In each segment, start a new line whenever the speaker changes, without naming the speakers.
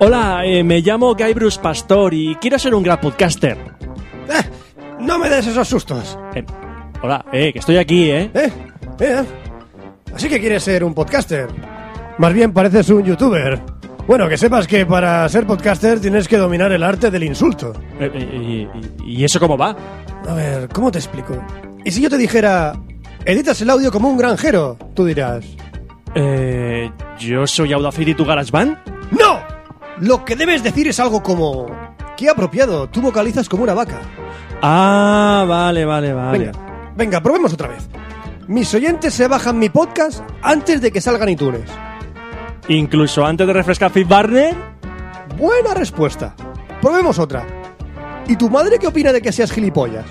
Hola, eh, me llamo Guy Bruce Pastor y quiero ser un gran podcaster.
Eh, ¡No me des esos sustos!
Eh, hola, eh, que estoy aquí, ¿eh?
¿Eh? ¿Eh? Así que quieres ser un podcaster. Más bien pareces un youtuber. Bueno, que sepas que para ser podcaster tienes que dominar el arte del insulto.
Eh, eh, y- y, y eso cómo va?
A ver, ¿cómo te explico? Y si yo te dijera, editas el audio como un granjero, tú dirás,
Eh, yo soy Audacity tu GarageBand.
¡No! Lo que debes decir es algo como, ¡qué apropiado! Tú vocalizas como una vaca.
Ah, vale, vale, vale.
Venga, venga, probemos otra vez. Mis oyentes se bajan mi podcast antes de que salgan iTunes.
Incluso antes de refrescar Fit Barner.
Buena respuesta. Probemos otra. ¿Y tu madre qué opina de que seas gilipollas?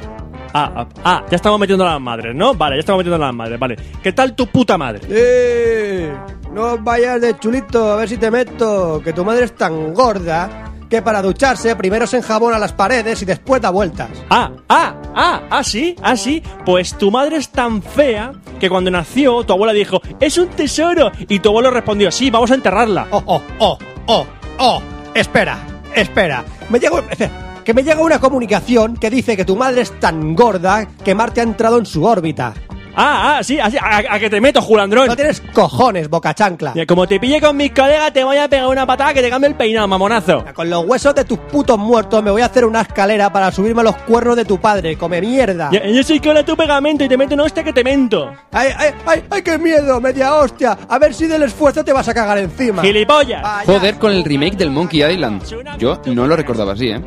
Ah, ah, ah, ya estamos metiendo a las madres, ¿no? Vale, ya estamos metiendo a las madres, vale. ¿Qué tal tu puta madre?
¡Eh! No vayas de chulito, a ver si te meto, que tu madre es tan gorda que para ducharse primero se enjabona las paredes y después da vueltas.
Ah, ah, ah, ah, sí, ah, sí. Pues tu madre es tan fea que cuando nació tu abuela dijo, es un tesoro. Y tu abuelo respondió, sí, vamos a enterrarla.
¡Oh, oh, oh, oh, oh! Espera, espera. Me llega, espera, que me llega una comunicación que dice que tu madre es tan gorda que Marte ha entrado en su órbita.
Ah, ah, sí, así, a, a que te meto, Julandrón.
No tienes cojones, boca chancla.
Mira, Como te pille con mis colegas, te voy a pegar una patada que te cambie el peinado, mamonazo.
Con los huesos de tus putos muertos me voy a hacer una escalera para subirme a los cuernos de tu padre, come mierda.
Yo, yo soy cola tu pegamento y te meto una hostia que te mento.
¡Ay, ay, ay, ay, qué miedo! ¡Media hostia! A ver si del esfuerzo te vas a cagar encima. Ah,
¡Gilipollas!
Vaya.
Joder con el remake del Monkey Island. Yo no lo recordaba así, ¿eh?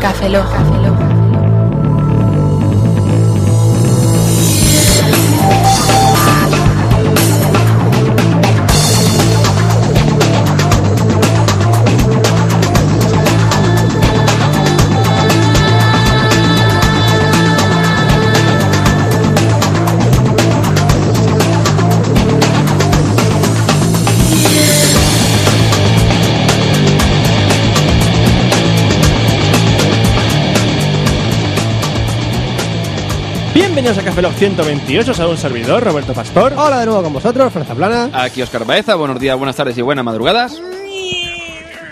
Café Lock.
Bienvenidos a Café Lock 128, soy un servidor, Roberto Pastor.
Hola de nuevo con vosotros, Franza
Ah.
Plana.
Aquí Oscar Baeza, buenos días, buenas tardes y buenas madrugadas.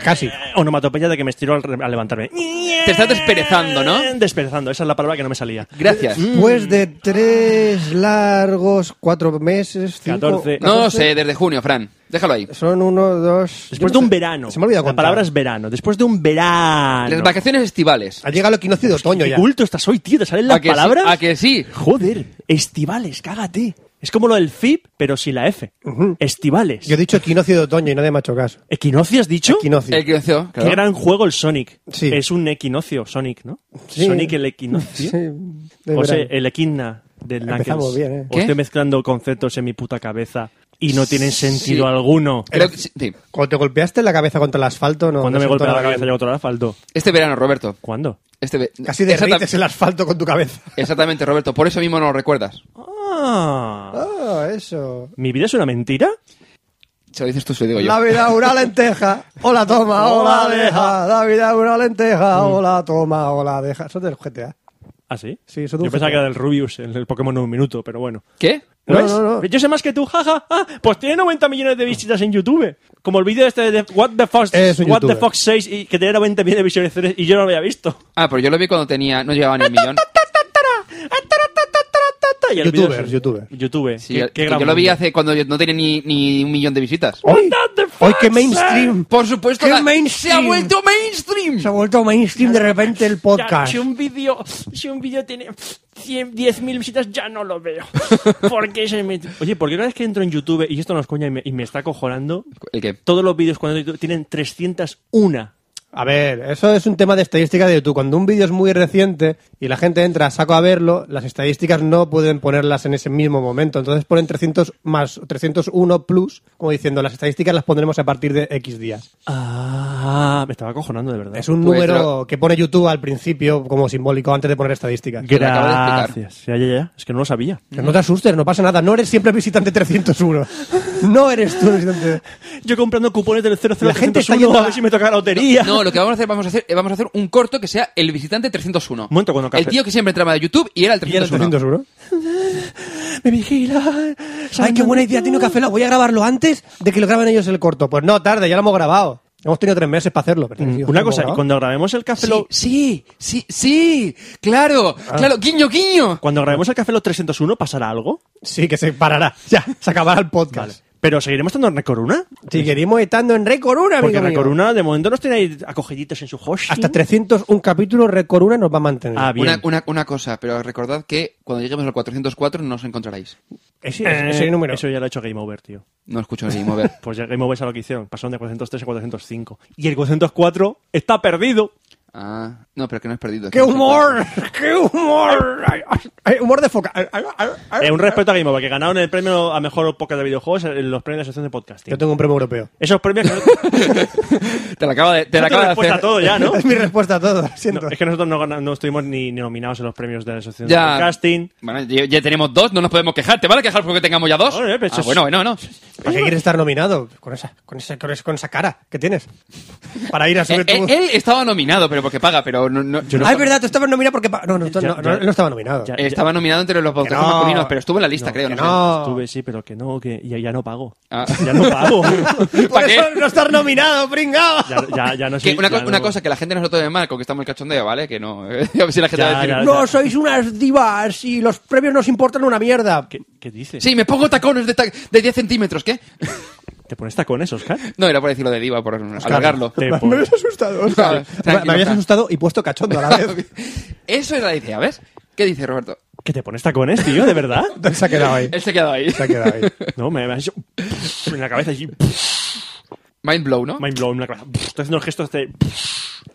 Casi.
Onomatopeya de que me estiro al, re- al levantarme. Te
estás desperezando, ¿no?
Desperezando, esa es la palabra que no me salía.
Gracias.
Mm.
Después de tres largos, cuatro meses, cinco,
14.
No sé, desde junio, Fran. Déjalo ahí.
Son uno, dos...
Después de
yo no
un
sé.
verano.
Se me ha olvidado
La
contar.
palabra es verano. Después de un verano.
Las vacaciones estivales.
Ha llegado el equinoccio de otoño
Qué
ya.
culto estás hoy, tío. ¿Te salen las
¿A que sí?
palabras?
¿A que sí?
Joder, estivales, cágate. Es como lo del FIP, pero sin la F. Estivales.
Yo he dicho equinoccio de otoño y nadie me ha hecho caso.
¿Equinoccio has dicho?
Equinoccio.
El creció,
Qué gran juego el Sonic.
Sí.
Es un equinoccio, Sonic, ¿no?
Sí.
Sonic el equinoccio.
Sí, de
O sea,
verano.
el equina del
Empezamos
Knuckles.
bien, ¿eh?
O estoy
¿Qué?
mezclando conceptos en mi puta cabeza y no tienen sentido alguno.
Creo que sí, sí.
Cuando te golpeaste la cabeza contra el asfalto, Eh, no.
Cuando me
no soltó
golpea la
nada
cabeza
bien.
yo otro asfalto.
Este verano, Roberto.
¿Cuándo?
Este ve-
Casi
Exacta-
derrites el asfalto con tu cabeza.
Exactamente, Roberto. Por eso mismo no lo recuerdas.
Ah.
Ah, eso.
¿Mi vida es una mentira?
Se lo dices tú, se lo digo
La
yo.
vida es una lenteja, o la toma, o la
Hola, Mm. deja.
deja. La vida es una lenteja, o la toma, o la deja. Eso es del GTA.
¿Ah, sí?
Sí, eso es de
Yo
un
pensaba que
GTA.
era del Rubius, en el Pokémon en un minuto, pero bueno.
¿Qué?
¿Lo
No,
ves?
no, no.
Yo sé más que tú, jaja. Ah, pues tiene 90 millones de visitas en YouTube. Como el vídeo este de What the Fox,
Es un
What the
youtuber.
Fox 6 y que tenía 90 millones de visualizaciones y yo no lo había visto.
Ah, pero yo lo vi cuando tenía... No llegaba ni al millón.
Y el vídeo
Youtuber,
es-
youtuber.
YouTube.
Sí,
Qué-
yo-
qué
que
gran
yo lo vi
mundo.
hace cuando yo- no tenía ni, ni un millón de visitas.
¡Hoy!
What the fuck,
¡Hoy qué mainstream!
Por supuesto,
¡Qué
la- se ha
mainstream!
vuelto mainstream.
Se ha vuelto mainstream de repente el
Ya,
podcast.
Si un vídeo si un vídeo tiene 100 10.000 visitas, ya no lo veo. Porque se me... Oye, porque cada vez que entro en YouTube, y esto no es coña y me, y me está cojonando,
¿El qué?
todos los vídeos cuando entro en YouTube tienen 301.
A ver, eso es un tema de estadística de YouTube. Cuando un vídeo es muy reciente y la gente entra a saco a verlo, las estadísticas no pueden ponerlas en ese mismo momento. Entonces ponen 300 más o 301 plus, como diciendo, las estadísticas las pondremos a partir de X días.
Ah, me estaba cojonando de verdad.
Es un
Pues
número
lo-
que pone YouTube al principio como simbólico antes de poner estadísticas.
lo acabo de explicar.
Gracias. Ya, ya, ya. Es que no lo sabía.
Que no te asustes, no pasa nada. No eres siempre visitante 301. No eres tú el visitante.
Yo comprando cupones del 00
La gente está yendo
a ver
a-
si me toca la lotería.
No, lo que vamos a hacer, vamos a hacer, eh, vamos a hacer un corto que sea el visitante 301.
Un momento, cuando
el
café-
tío que siempre entraba de YouTube y era el
¿Y eres
301.
301?
Me vigila
¡Ay, qué buena idea tiene Café Lock! Voy a grabarlo antes de que lo graben ellos el corto. Pues no, tarde, ya lo hemos grabado. Hemos tenido tres meses para hacerlo. pero, tío,
Mm, Una cosa,
¿lo hemos grabado?
cuando grabemos el Café
Sí,
Lock-
sí, sí, sí, claro,
Ah.
claro, guiño, guiño.
Cuando grabemos el Café Lock 301, ¿pasará algo?
Sí, que se parará. Ya, se acabará el podcast.
¿Pero seguiremos estando en Recoruna?
Seguiremos estando en Recoruna, amigo
Porque
mío.
Recoruna, de momento, nos tiene ahí acogiditos en su hosting.
Hasta 301 capítulos Recoruna nos va a mantener.
Ah, bien.
Una, una, una cosa, pero recordad que cuando lleguemos al 404 no os encontraráis.
ese, ese- ese número.
Eh, Eso ya lo ha hecho Game Over, tío.
No escucho ni mover.
Pues ya Game Over sabe lo que hicieron. Pasaron de 403 a 405. Y el 404 está perdido.
Ah, no, pero que no has perdido. es
¡Qué
que no se
humor!
encuentra.
¡Qué humor! Ay, ay, ay, humor de foca. Ay, ay, ay, ay.
Eh, un respeto a Game Over, que ganaron el premio a mejor podcast de videojuegos, eh, los premios de asociación de podcasting.
Yo tengo un premio europeo.
Esos premios que no,
Te la acaba de, te la
no
acaba de
respuesta
hacer.
a todo ya, ¿no?
Es mi respuesta a todo, lo siento.
No, es que nosotros no, gana- no estuvimos ni, ni nominados en los premios de la asociación de
Ya.
podcasting.
Bueno, ya, ya tenemos dos, no nos podemos quejar. ¿Te van a quejar porque tengamos ya dos?
Bueno, eh, pero
Ah,
eso es-
bueno, bueno, no.
¿Para qué quieres estar nominado? Con esa, con esa, con esa, con esa cara que tienes. Para ir a
Eh,
subir
eh,
tu voz.
él estaba nominado, pero porque paga, pero no, no-
Ah, es verdad, tú estabas nominado porque... pa- No, no, tú-
Ya,
no,
ya.
no, él no estaba nominado.
Ya,
Eh, Estaba nominado entre los podcasters
Que no.
masculinos, pero estuvo en la lista, creo.
que
No, sé.
no.
Estuve, sí, pero que no, que ya, ya no pago.
Ah.
Ya no pago.
Por
¿Para qué?
eso no estar nominado, pringado.
ya, ya, ya no
Que
soy-
una, co-
ya
una
no-
cosa, que la gente no se lo tome mal, con que estamos en el cachondeo, ¿vale? Que no. A ver si la gente
Ya,
va a decir.
ya.
No, sois unas divas y los premios nos importan una mierda.
¿Qué, qué dices?
Sí, me pongo tacones de, ta- de 10 centímetros, ¿qué?
¿Te pones tacones, Oscar?
No, era por decirlo de diva, por alargarlo.
Te
Me
pones-
habías asustado. Oscar.
Vale,
Me- me
tranquilo,
habías
Oscar.
asustado y puesto cachondo a la vez.
Eso era la idea, ¿ves? ¿Qué dice Roberto?
¿Que te pones tacones, tío? ¿De verdad?
Se ha quedado ahí.
Él se ha quedado ahí.
Se ha quedado ahí.
No, me, me has hecho en la cabeza así,
Mind blow, ¿no?
mind blown, en la cabeza. Estoy haciendo gestos de...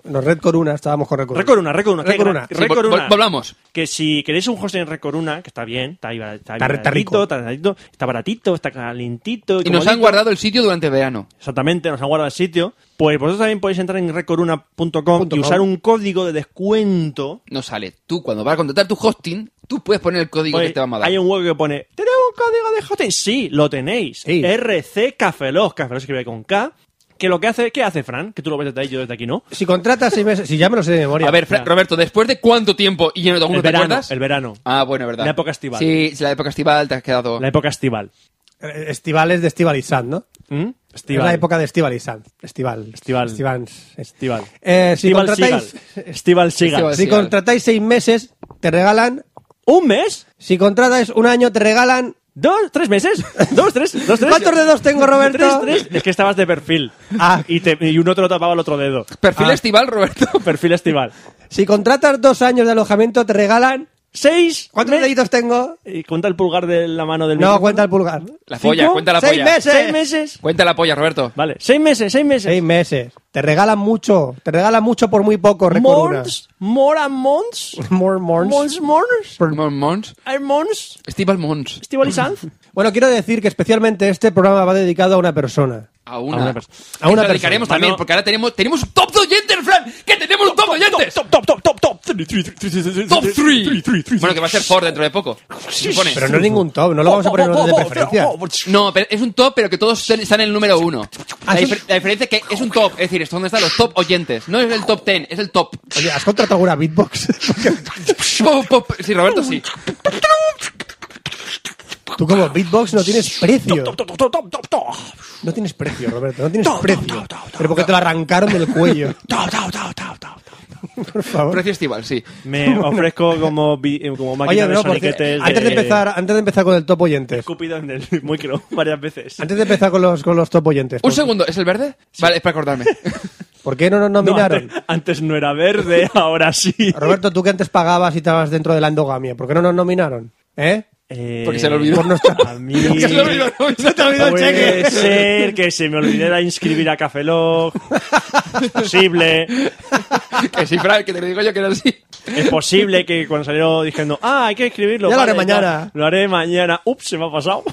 Los Red Coruna estábamos con Red Coruna.
Recoruna, Recoruna. que hay
Recoruna.
gra-
Sí, vol-
Recoruna.
vol- volvamos.
Que si queréis un hosting en Recoruna, que está bien, está, ahí, está, ahí
Está- está rico.
baratito, está, baratito, está baratito, está calentito.
Y nos han
comodito.
guardado el sitio durante verano.
Exactamente, nos han guardado el sitio. Pues vosotros también podéis entrar en recoruna.com y
com.
usar un código de descuento.
No sale. Tú, cuando vas a contratar tu hosting, tú puedes poner el código
Pues,
que te vamos a dar.
Hay un hueco que pone, ¿tenemos un código de hosting? Sí, lo tenéis.
Sí.
RC Cafelos, Cafelos se escribe con K. Que lo que hace, ¿qué hace Fran? Que tú lo ves desde ahí, yo desde aquí no.
Si contratas seis meses, si ya me lo sé de memoria.
A ver, Fra- Roberto, ¿después de cuánto tiempo? ¿Y en
El
alguno te
verano,
acuerdas?
el verano.
Ah, bueno, verdad.
La época estival.
Sí, sí, la época estival te has quedado.
La época estival.
Eh, Estivales de Estival y Sand, ¿no?
¿Mm?
Es
Estival.
la época de Estival y Sand. Estival.
Estival.
Estivans.
Estival.
Eh, si
Estival
contratáis-
Sigal. Estival Sigal.
Estival.
Si contratáis seis meses, te regalan.
¿Un mes?
Si contratáis un año, te regalan.
¿Dos? ¿Tres meses? ¿Dos? ¿Tres? ¿Dos? ¿Tres?
¿Cuántos dedos tengo, Roberto?
Tres, tres. Es que estabas de perfil.
Ah.
Y, te, y uno te lo tapaba el otro dedo.
Perfil
Ah.
estival, Roberto.
Perfil estival.
Si contratas dos años de alojamiento, te regalan.
¿Seis?
¿Cuántos
me-
deditos tengo?
y cuenta el pulgar de la mano del
No,
micrófono.
cuenta el pulgar.
La polla,
¿Cinco?
cuenta la
¡Seis
polla.
meses!
¿Seis meses?
Cuenta la polla, Roberto.
Vale, seis meses, seis meses.
Seis meses. Te regalan mucho. Te regalan mucho por muy poco, Recoruna.
Months, more and months.
More, more.
Months, months.
Mon- Mons.
Are months.
Estival Mons.
Estival y Sanz.
Bueno, quiero decir que especialmente este programa va dedicado a una persona.
A una.
A una persona.
A una
Eso lo dedicaremos
persona.
también,
Mano-
porque ahora tenemos, tenemos un top de oyentes, Fran. ¡Que tenemos un top de oyentes!
Top, top, top, top, top. Three, three, three, three, three,
Top
three,
3.
three, three, three,
Bueno, que va a ser Ford dentro de poco.
Sí,
Se supone.
Pero no es ningún top, no lo vamos a poner en orden de preferencia.
No, pero es un top, pero que todos sen- están en el número uno. La,
Ah, es
difer- la diferencia es que es un top, es decir, es donde están los top oyentes. No es el top ten, es el top.
Oye, ¿has contratado alguna beatbox?
Pop, pop. Sí, Roberto, sí.
Tú como beatbox no tienes precio.
Top, top, top, top, top, top.
No tienes precio, Roberto, no tienes
No, no, no,
precio.
no, no,
Pero porque te lo arrancaron del cuello.
Top, top, top, top, top, top.
Por favor.
Precio estival, sí.
Me ofrezco como, vi- eh, como máquina
Oye,
de
no, porque
soniquetes de-
antes de empezar, antes de empezar con el top oyentes.
Escupido en el micro varias veces.
Antes de empezar con los con los top oyentes.
Un
¿por,
segundo, ¿es el verde? Vale, es para acordarme.
por qué no nos
No,
nominaron?
antes, antes no era verde, ahora sí.
Roberto, tú que antes pagabas y estabas dentro de la endogamia, ¿por qué no nos nominaron? ¿Eh?
Eh,
Porque se le olvidó.
Por nuestra-
A mí
Porque se le olvidó, no, se te olvidó el
Pues-
puede
cheque.
ser que se me olvidara inscribir a Café Lock. Es posible.
Que sí, Fran, que te lo digo yo que era así.
Es posible que cuando salió diciendo, ah, hay que escribirlo.
Ya lo haré
vale,
mañana.
Lo haré mañana. Ups, se me ha pasado.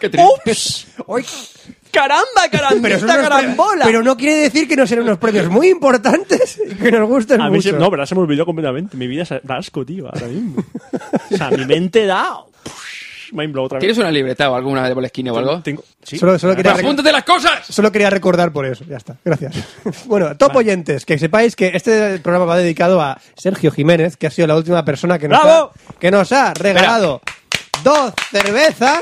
Qué
¡Oh!
triste.
Ups. Caramba, caramba.
Pero, eso no es pre- pero no quiere decir que no serán unos premios muy importantes y que nos gusten
A mí
mucho.
se, no, verdad, se me olvidó completamente. Mi vida se- da asco, tío, ahora mismo. o sea, mi mente da. Mind blow otra vez.
¿Tienes una libreta o alguna de Bolesquine o algo?
Tengo- sí.
Solo- solo quería
¡Pues apúntate las cosas!
Solo quería recordar por eso, ya está. Gracias. bueno, top oyentes, que sepáis que este programa va dedicado a Sergio Jiménez, que ha sido la última persona que nos,
¡Bravo!
ha, que nos ha regalado dos cervezas.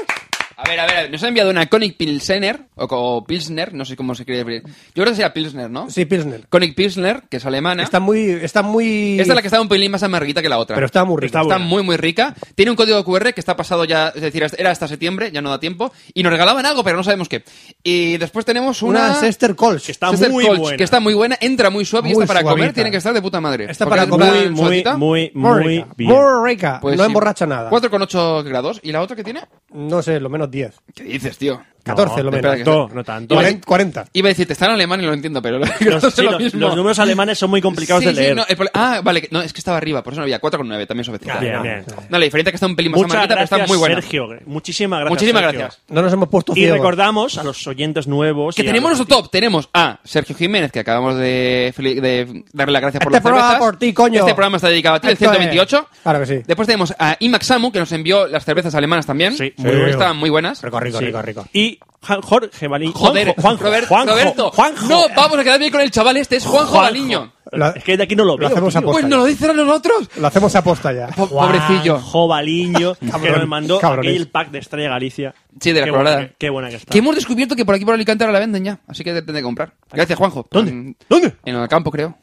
A ver, a ver, a ver, nos han enviado una Conic Pilsener, o, co- Pilsner, no sé cómo se quiere definir. Yo creo que sería Pilsner, ¿no?
Sí, Pilsner.
Conic Pilsner, que es alemana.
Está muy, está muy.
Esta es la que está un pelín más amarguita que la otra.
Pero está muy rica.
Está
Está
buena.
muy, muy rica. Tiene un código QR que está pasado ya, es decir, era hasta septiembre, ya no da tiempo. Y nos regalaban algo, pero no sabemos qué. Y después tenemos una...
una Ancestor Colch.
Que está
Sister
muy
Colch,
buena.
Que está muy buena, entra muy suave y
Muy
está para comer,
suavita.
tiene que estar de puta madre.
Está
Porque
para
es
comer.
plan
Muy, muy,
suavecita.
muy,
Muy
muy
rica.
bien.
Muy rica.
Pues
no
sí.
emborracha nada.
4,8 grados. ¿Y la otra que tiene?
No sé, lo menos 10.
¿Qué dices, tío?
14 lo
no,
menos.
espera
Tanto, no tanto.
Vale.
40. 40.
Iba a decirte, está en alemán y lo entiendo, pero los,
Los, sí,
lo
los-
mismo.
los números alemanes son muy complicados
Sí,
de
sí,
leer.
no, el prole- ah, vale, que- no, es que estaba arriba, por eso no había 4,9, también suavecita.
Bien,
Ah,
bien.
No, la diferencia es que está un pelín más
Muchas
amarguita, pero está
gracias,
muy buena.
Sergio. Muchísimas gracias.
Muchísimas
Sergio.
gracias.
No nos hemos puesto
Y
ciegos.
recordamos a los oyentes nuevos.
Que
y a
tenemos
los-
nuestro top. Tenemos a Sergio Jiménez, que acabamos de, fel- de darle las gracias por
Este
las
programa
cervezas.
por ti, coño.
Este programa está dedicado a ti, el
Esto es.
128.
Claro que sí.
Después tenemos a Imax Samu, que nos envió las cervezas alemanas también.
Sí.
muy
Sí.
buenas, Estaban muy buenas.
Rico, rico,
Sí.
rico, rico.
Y Jan- Jorge Baliño.
Joder,
Juanjo,
Robert-
Juanjo,
Roberto.
Juanjo.
No, vamos a quedar bien con el chaval este. Es Juanjo,
Juanjo.
Baliño.
Lo-
Es que de aquí no lo
lo
veo.
hacemos
tío.
a
Pues
Posta.
nos lo dicen a nosotros.
Lo hacemos aposta ya.
Po- Pobrecillo.
Juanjo Baliño, que
Cabrón,
nos mandó
cabrones.
aquel pack de Estrella Galicia.
Sí, de la
qué buena,
Colorada.
que- Qué buena que está.
Que hemos descubierto que por aquí por Alicante ahora la venden ya. Así que tendré que comprar. Gracias, Juanjo. Mm. En-
¿Dónde? ¿Dónde?
En el campo, creo.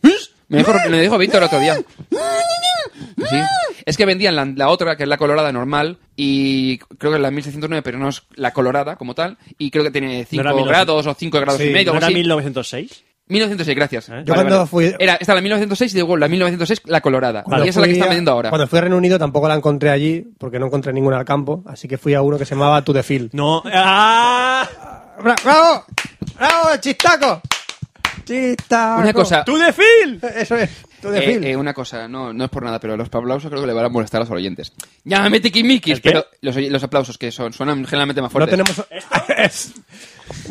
Me dijo, me dijo Víctor el otro día. Sí. Es que vendían la, la otra, que es la colorada normal, y creo que es la 1609, pero no es la colorada como tal, y creo que tiene 5
era 1900.
grados o 5 grados
Sí,
y medio.
¿No era
algo
¿Eh?
así.
1906?
1906, gracias.
Yo cuando fui-
Era esta la 1906 y luego la 1906 la colorada.
Cuando
Y esa es la que
fui
están
a-
vendiendo ahora.
Cuando fui a Reino Unido tampoco la encontré allí, porque no encontré ninguna al campo, así que fui a uno que se llamaba To The Field.
No. ¡Ah!
Bra- ¡Bravo! ¡Bravo, chistaco! ¡Chistaco!
Una cosa,
¡Tú de Phil!
Eso es, To The
Eh,
Field.
eh, una cosa, no, no es por nada, pero los aplausos creo que le van a molestar a los oyentes. Llámame tiquimiquis,
¿El qué?
pero los, oy- los aplausos que son, suenan generalmente más
no
fuertes.
tenemos... es-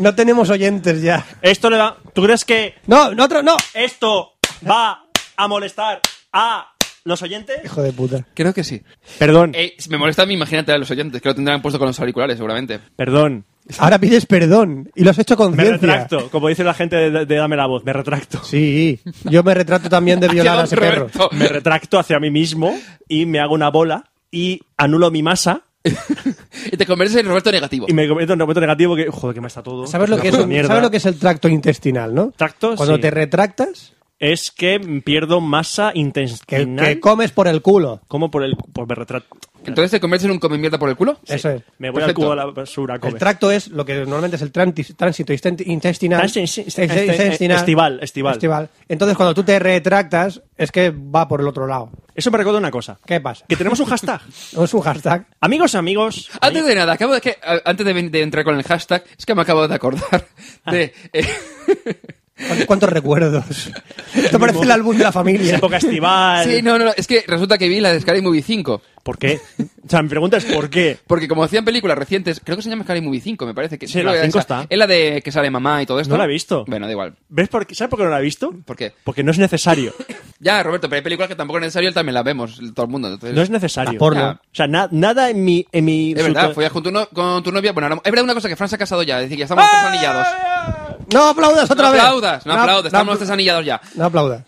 no tenemos oyentes ya.
Esto le va. ¿Tú crees que
¡No, no, otro, no!
esto va a molestar a los oyentes?
Hijo de puta.
Creo que sí.
Perdón,
Eh, si me molesta a mí, imagínate a los oyentes, que lo tendrán puesto con los auriculares, seguramente.
perdón.
Ahora pides perdón y lo has hecho con
Me
ciencia.
retracto, como dice la gente de, de- de Dame la Voz, me retracto.
Sí, yo me retrato también de violar a
Don
ese perro.
Roberto.
Me retracto hacia mí mismo y me hago una bola y anulo mi masa
Y te conviertes en Roberto negativo.
y me convierto en un momento negativo que, joder, que me está todo.
¿Sabes lo, que es
Una
un-
mierda.
¿Sabes lo que es el tracto intestinal, no?
Tracto,
Cuando
sí.
te retractas,
Es que pierdo masa
que,
intestinal.
que comes por el culo.
como por el. Por me retracto.
Entonces te conviertes en un come mierda por el culo.
Eso es.
Me voy
Perfecto.
al cubo de la basura a comer.
El tracto es lo que normalmente es el tranti- tránsito insten- intestinal.
Trans- inst-
Este- intestinal.
estival, estival.
Entonces, cuando tú te retractas, es que va por el otro lado.
Eso me recuerda una cosa.
¿Qué pasa?
Que tenemos un hashtag.
Es un hashtag.
amigos, amigos.
Antes de nada, acabo de, que, a- antes de, ven- de entrar con el hashtag, es que me acabo de acordar
Ah.
de... eh,
¿Cuántos, cuántos recuerdos? Esto parece el álbum de la familia.
Época estival.
sí, no, no, es que resulta que vi la de Scary Movie 5.
¿Por qué? O sea, mi pregunta es ¿por qué?
Porque como hacían películas recientes, creo que se llama Scary Movie 5, me parece que...
Sí,
creo
la
que era
5
esa.
está.
Es la de que sale mamá y todo esto.
No la he visto.
Bueno, da igual.
¿Ves por qué? ¿Sabes por qué no la he visto?
¿Por qué?
Porque no es necesario.
Ya, Roberto, pero hay películas que tampoco es necesario, también las vemos, todo el mundo. entonces-
No es necesario.
La porno.
O sea, na- nada en mi. En mi
Es
su-
verdad, follas con tu, no- con tu novia. Bueno, ahora- es verdad una cosa que Fran se ha casado ya, es decir, ya estamos
¡Ah!
tres anillados.
No aplaudas otra
no
vez.
aplaudas, no, aplaudas, estamos
apl-
tres anillados ya.
No aplaudas.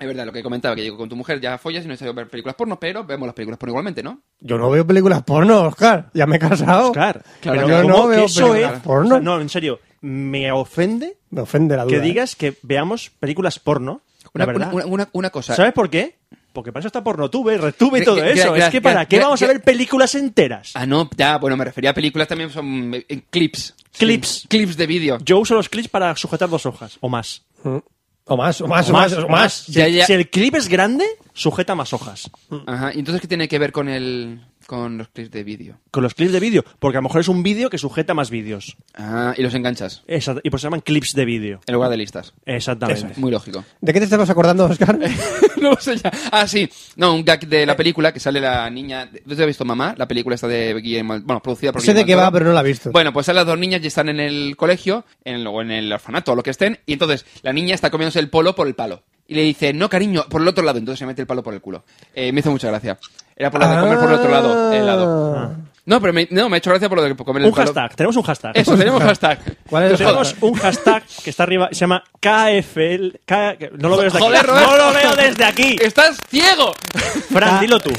Es verdad lo que comentaba, que digo, con tu mujer ya follas y no es necesario ver películas porno, pero vemos las películas porno igualmente, ¿no?
Yo no veo películas porno, Oscar. Ya me he casado.
Oscar,
Claro,
pero
yo
¿cómo
no
que
veo
eso
películas
es
porno.
O sea, no, en serio, me ofende
Me ofende la duda.
que
¿eh?
digas que veamos películas porno. la
Una,
verdad.
una- una- una cosa.
¿Sabes por qué? Porque para eso está pornotube, retube y
Gra-
todo
gra-
eso.
gra-
es que
gra-
para qué
gra-
vamos a
gra-
ver películas enteras.
Ah, no, ya, bueno, me refería a películas también son eh, eh, clips.
Clips.
Sí, clips de vídeo.
Yo uso los clips para sujetar dos hojas o más.
¿eh? O más, o más, o Ah, más, o más.
Si,
Ya, ya.
si el clip es grande, sujeta más hojas.
Ajá, y entonces, ¿qué tiene que ver con el con los clips de vídeo?
Con los clips de vídeo, porque a lo mejor es un vídeo que sujeta más vídeos.
Ah, y los enganchas,
Exacto, Y por eso se llaman clips de vídeo.
en lugar de listas.
Exactamente.
Muy lógico.
¿De qué te estamos acordando, Oscar?
no lo sé ya. Ah, sí. No, un gag
Eh.
de la película que sale la niña. ¿Tú te has visto Mamá? La película está de Guillermo. del- Bueno, producida por
sé de
Guillermo
qué
del
va,
Toro.
pero no la he visto.
Bueno, pues salen las dos niñas y están en el colegio, en el, o en el orfanato, o lo que estén. Y entonces la niña está comiéndose el polo por el palo. Y le dice, no, cariño, por el otro lado. Entonces se mete el palo por el culo. Eh, me hizo mucha gracia. Era por la de comer por el otro lado. El lado.
Ah.
No, pero me, no, me ha hecho gracia por lo de comer el
Un
palo.
hashtag, tenemos un hashtag.
Eso, tenemos hashtag.
¿Cuál es el
Tenemos un hashtag que está arriba, se llama KFL. K- no lo veo desde
Joder,
aquí.
Roberto.
No lo veo desde aquí.
¡Estás ciego!
Fran, dilo tú.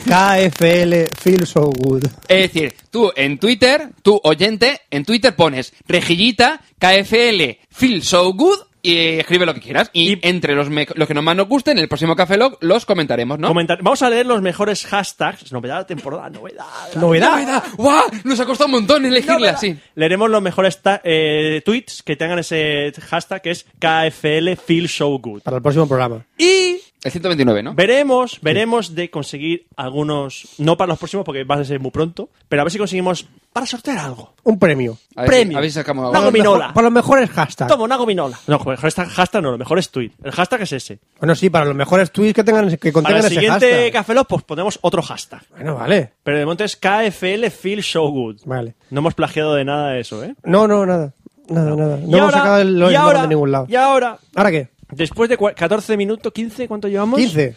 KFL Feel So Good.
Es decir, tú en Twitter, tú oyente, en Twitter pones rejillita, KFL, feel so good y escribe lo que quieras. Y,
Y-
entre los, me- los que nos más nos gusten, en el próximo Café Log los comentaremos, ¿no?
Comentar- Vamos a leer los mejores hashtags. Novedad de la temporada, novedad.
¡Novedad! ¡Guau! Nos ha costado un montón elegirla así.
Leeremos los mejores ta- eh, tweets que tengan ese hashtag que es KFL Feel So Good.
Para el próximo programa.
Y
El 129, ¿no?
veremos, veremos de conseguir algunos, no para los próximos porque va a ser muy pronto, pero a ver si conseguimos para sortear algo.
Un premio.
A ver, si-
premio.
a ver si sacamos
Una
algo.
Hago gominola.
Mejor- para los mejores hashtags.
Toma, una gominola. No, mejor esta- hashtag no, lo mejor es tweet. El hashtag es ese.
Bueno, sí, para los mejores tweets que tengan que
Para
contengan
el
ese
siguiente
hashtag.
Café Lock, pues ponemos otro hashtag.
Bueno, vale.
Pero de momento es KFL Feel So Good.
Vale.
No hemos plagiado de nada de eso, ¿eh?
No, no, nada. Nada, nada. No hemos sacado el
y
el
ahora,
de ningún lado.
Y ahora,
¿Ahora qué?
después de cua- 14 minutos, 15, ¿cuánto llevamos?
15.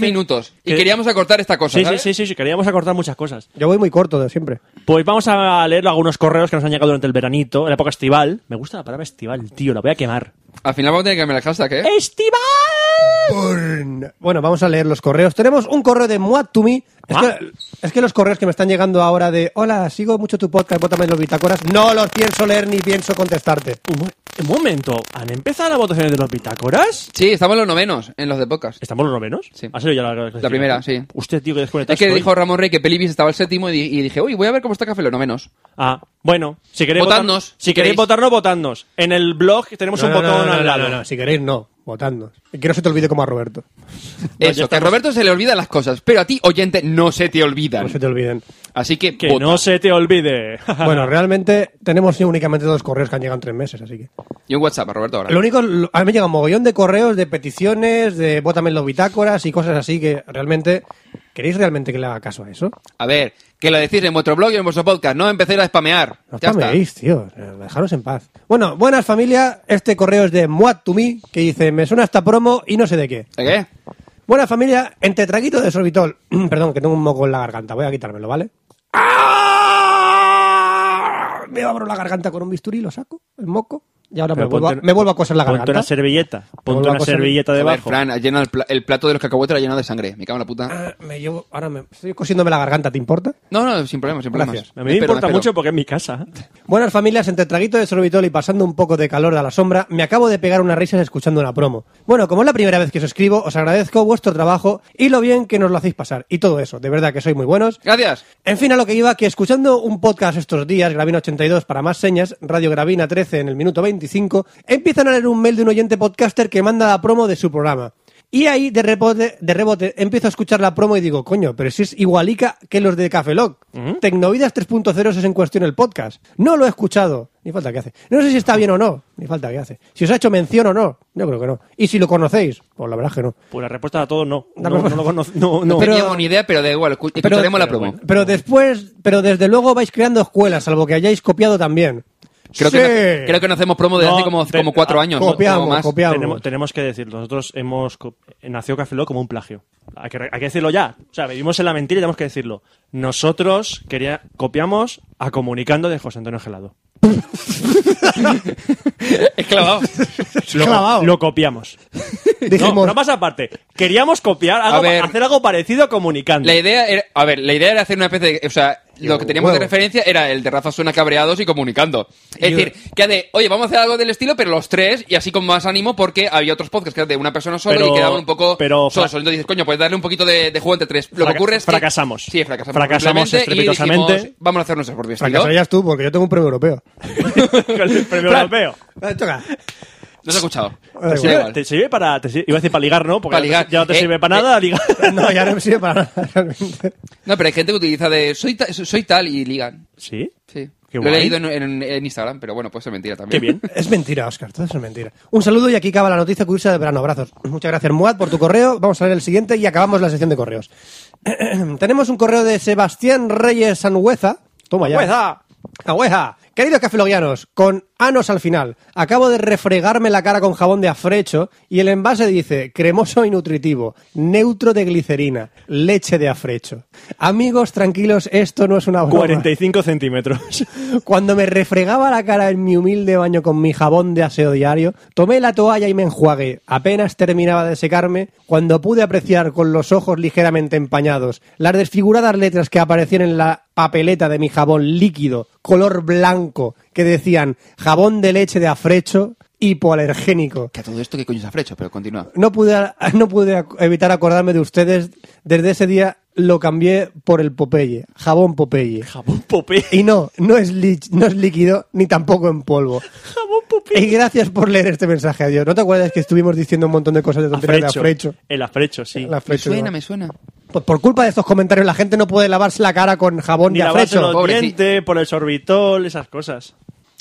15.
minutos. Y
Que-
queríamos acortar esta cosa,
Sí, sí,
¿sabes?
sí, sí, sí, queríamos acortar muchas cosas.
Yo voy muy corto de siempre.
Pues vamos a leer algunos correos que nos han llegado durante el veranito, en la época estival. Me gusta la palabra estival, tío, la voy a quemar.
Al final vamos a tener que cambiar el hashtag, ¿eh?
¡Estival!
Bueno, vamos a leer los correos. Tenemos un correo de Muatumi. Es
Ah.
que, es que los correos que me están llegando ahora de Hola, sigo mucho tu podcast, bótame los bitácoras. No los pienso leer ni pienso contestarte.
Un, mo- un momento, ¿han empezado las votaciones de los bitácoras?
Sí, estamos en los novenos, en los de podcast.
¿Estamos los novenos?
Sí.
¿Ha sido ya la, clasificación?
primera, sí.
Usted, tío, que desconectado
Es que
estoy.
dijo Ramón Rey que Pelibis estaba el séptimo y, di- y dije, uy, voy a ver cómo está Café Los Novenos.
Ah, bueno, si queréis
Votadnos,
votar-
si
si queréis
queréis.
votarnos, votadnos. En el blog tenemos un
No, no,
botón
no, no,
al
no,
lado.
no, no, Si queréis, no. Votadnos. Y que no se te olvide como a Roberto.
ya
Eso, que a
estamos.
Roberto se le olvidan las cosas, pero a ti, oyente, no se te olvidan.
No se te olviden.
Así que,
Que
vota.
no se te olvide.
Bueno, realmente tenemos únicamente dos correos que han llegado en tres meses, así que.
Y un WhatsApp a Roberto ahora.
Lo único, lo- a mí me llega un mogollón de correos, de peticiones, de bótame los bitácoras y cosas así que realmente. ¿Queréis realmente que le haga caso a eso?
A ver, que lo decís en vuestro blog y en vuestro podcast, no empecéis a spamear.
No
ya está.
spameéis, tío. Eh, Dejaros en paz. Bueno, buenas familia. Este correo es de Muat to me, que dice, me suena esta promo y no sé de qué.
¿De qué?
Buena familia, entre traguito de sorbitol. Perdón, que tengo un moco en la garganta. Voy a quitármelo, ¿vale? ¡Ah! Me abro la garganta con un bisturí, lo saco, el moco, y ahora me
Pero
vuelvo, a,
ponte-
me vuelvo a coser la
Ponte
garganta.
una servilleta. Ponte
vuelvo a
una
coser-
servilleta
A ver,
debajo.
Fran, llena el, pla- el plato de los cacahuetes lo ha llenado de sangre. Me cago en la puta.
Ah, me llevo, ahora me estoy cosiéndome la garganta, ¿te importa?
No, no, sin problemas, sin problemas.
Gracias.
a mí me
Espero,
importa
espero.
mucho porque es mi casa. ¿eh?
Buenas familias, entre traguito de sorbitol y pasando un poco de calor a la sombra, me acabo de pegar unas risas escuchando una promo. Bueno, como es la primera vez que os escribo, os agradezco vuestro trabajo y lo bien que nos lo hacéis pasar. Y todo eso, de verdad que sois muy buenos.
Gracias.
En fin, a lo que iba, que escuchando un podcast estos días, Gravina 82 para más señas, Radio Gravina 13 en el minuto 25, empiezan a leer un mail de un oyente podcaster que manda la promo de su programa. Y ahí, de rebote, de rebote, empiezo a escuchar la promo y digo, coño, pero si es igualica que los de Cafelog. Tecnovidas 3.0 es en cuestión el podcast. No lo he escuchado. Ni falta que hace. No sé si está bien o no. Ni falta que hace. Si os ha hecho mención o no. Yo creo que no. Y si lo conocéis. Pues la verdad es que no.
Pues la respuesta a todo no. No,
La
no,
respuesta-
lo conozco. No,
No
no.
Pero-
teníamos ni idea, pero da igual. escu- Escucharemos la
pero
promo.
bueno.
Pero después, pero desde luego vais creando escuelas, salvo que hayáis copiado también.
Creo,
Sí.
que no, creo que no hacemos promo desde
No,
hace como,
te-
como cuatro
ah,
años. ¿no?
copiamos,
Como más.
copiamos.
Tenemos, tenemos que decirlo. Nosotros hemos. co- eh, Nació Café Lock como un plagio. Hay que, re- hay que decirlo ya. O sea, vivimos en la mentira y tenemos que decirlo. Nosotros quería, copiamos a Comunicando de José Antonio Gelado.
Es clavado.
Lo,
Clavado.
lo copiamos.
Dijimos,
No, no más aparte. Queríamos copiar, algo
A ver.
hacer algo parecido a Comunicando.
La idea era, a ver, la idea era hacer una especie de, o sea, lo que teníamos de
huevo.
referencia era el de Rafa Suena cabreados y comunicando. Es
Yo-
decir, que de, oye, vamos a hacer algo del estilo, pero los tres, y así con más ánimo, porque había otros podcasts que eran de una persona sola
Pero-
y quedaban un poco
pero fra-
sosos. Entonces dices, coño, pues darle un poquito de, de juego entre tres. Lo que
Fraca-
ocurre es que-
fracasamos.
Sí, fracasamos.
Fracasamos
completamente y dijimos,
estrepitosamente.
vamos a hacer nuestro propio estilo.
fracasarías tú porque yo tengo un premio europeo.
Con el premio
Fran.
europeo.
Eh, toca.
No os he escuchado.
Da
Te
igual.
sirve,
igual.
Ah, te sirve para. te sirve- iba a decir para ligar, ¿no? Porque
Para
ya no te-
ligar.
ya no te
Eh,
sirve para
eh.
nada ligar.
No, ya no me sirve para nada realmente.
No, pero hay gente que utiliza de, soy, ta- soy tal y ligan.
¿Sí?
Sí.
Qué
Lo he
guay.
leído en, en- en Instagram, pero bueno, puede ser mentira
Qué
también.
bien.
Es mentira, Oscar, todo eso es mentira. Un saludo y aquí acaba la noticia curiosa de verano. Abrazos. Muchas gracias, Muad, por tu correo. Vamos a ver el siguiente y acabamos la sección de correos. Tenemos un correo de Sebastián Reyes Sangüeza. Toma ya.
Pues
Sangüeza.
Sangüeza, Queridos cafeloguianos, con anos al final, acabo de refregarme la cara con jabón de afrecho y el envase dice cremoso y nutritivo, neutro de glicerina, leche de afrecho. Amigos, tranquilos, esto no es una broma.
45 centímetros.
Cuando me refregaba la cara en mi humilde baño con mi jabón de aseo diario, tomé la toalla y me enjuagué. Apenas terminaba de secarme, cuando pude apreciar con los ojos ligeramente empañados las desfiguradas letras que aparecían en la papeleta de mi jabón líquido, color blanco, que decían jabón de leche de afrecho hipoalergénico.
Que a todo esto, ¿qué coño es afrecho? Pero continúa.
No pude, no pude ac- evitar acordarme de ustedes. Desde ese día lo cambié por el Popeye, jabón Popeye.
Jabón popé.
Y no, no es, li- no es líquido ni tampoco en polvo.
Jabón popé.
Y gracias por leer este mensaje, adiós. ¿No te acuerdas que estuvimos diciendo un montón de cosas de tonterías de afrecho?
El afrecho, sí.
El afrecho,
me suena,
¿no?
me suena.
Pues por culpa de estos comentarios la gente no puede lavarse la cara con jabón
Ni
de
lavarse
afrecho.
los
pobrecito.
dientes, por el sorbitol, esas cosas.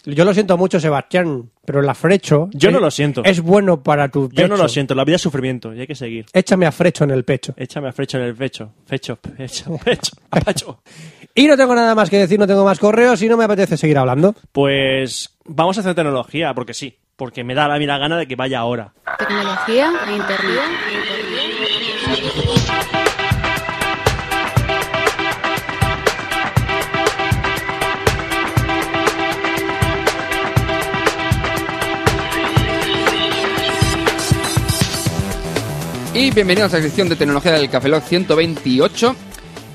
Yo lo siento mucho, Sebastián, pero el afrecho...
Yo
es-
no lo siento.
Es bueno para tu pecho.
Yo no lo siento, la vida es sufrimiento y hay que seguir.
Échame afrecho en el pecho.
Échame afrecho en el pecho. Fecho, pecho, pecho, apacho.
Y no tengo nada más que decir, no tengo más correos y no me apetece seguir hablando.
Pues vamos a hacer tecnología, porque sí. Porque me da la mira gana de que vaya ahora.
Tecnología e internet.
Y bienvenidos a la sección de tecnología del Café Lock 128.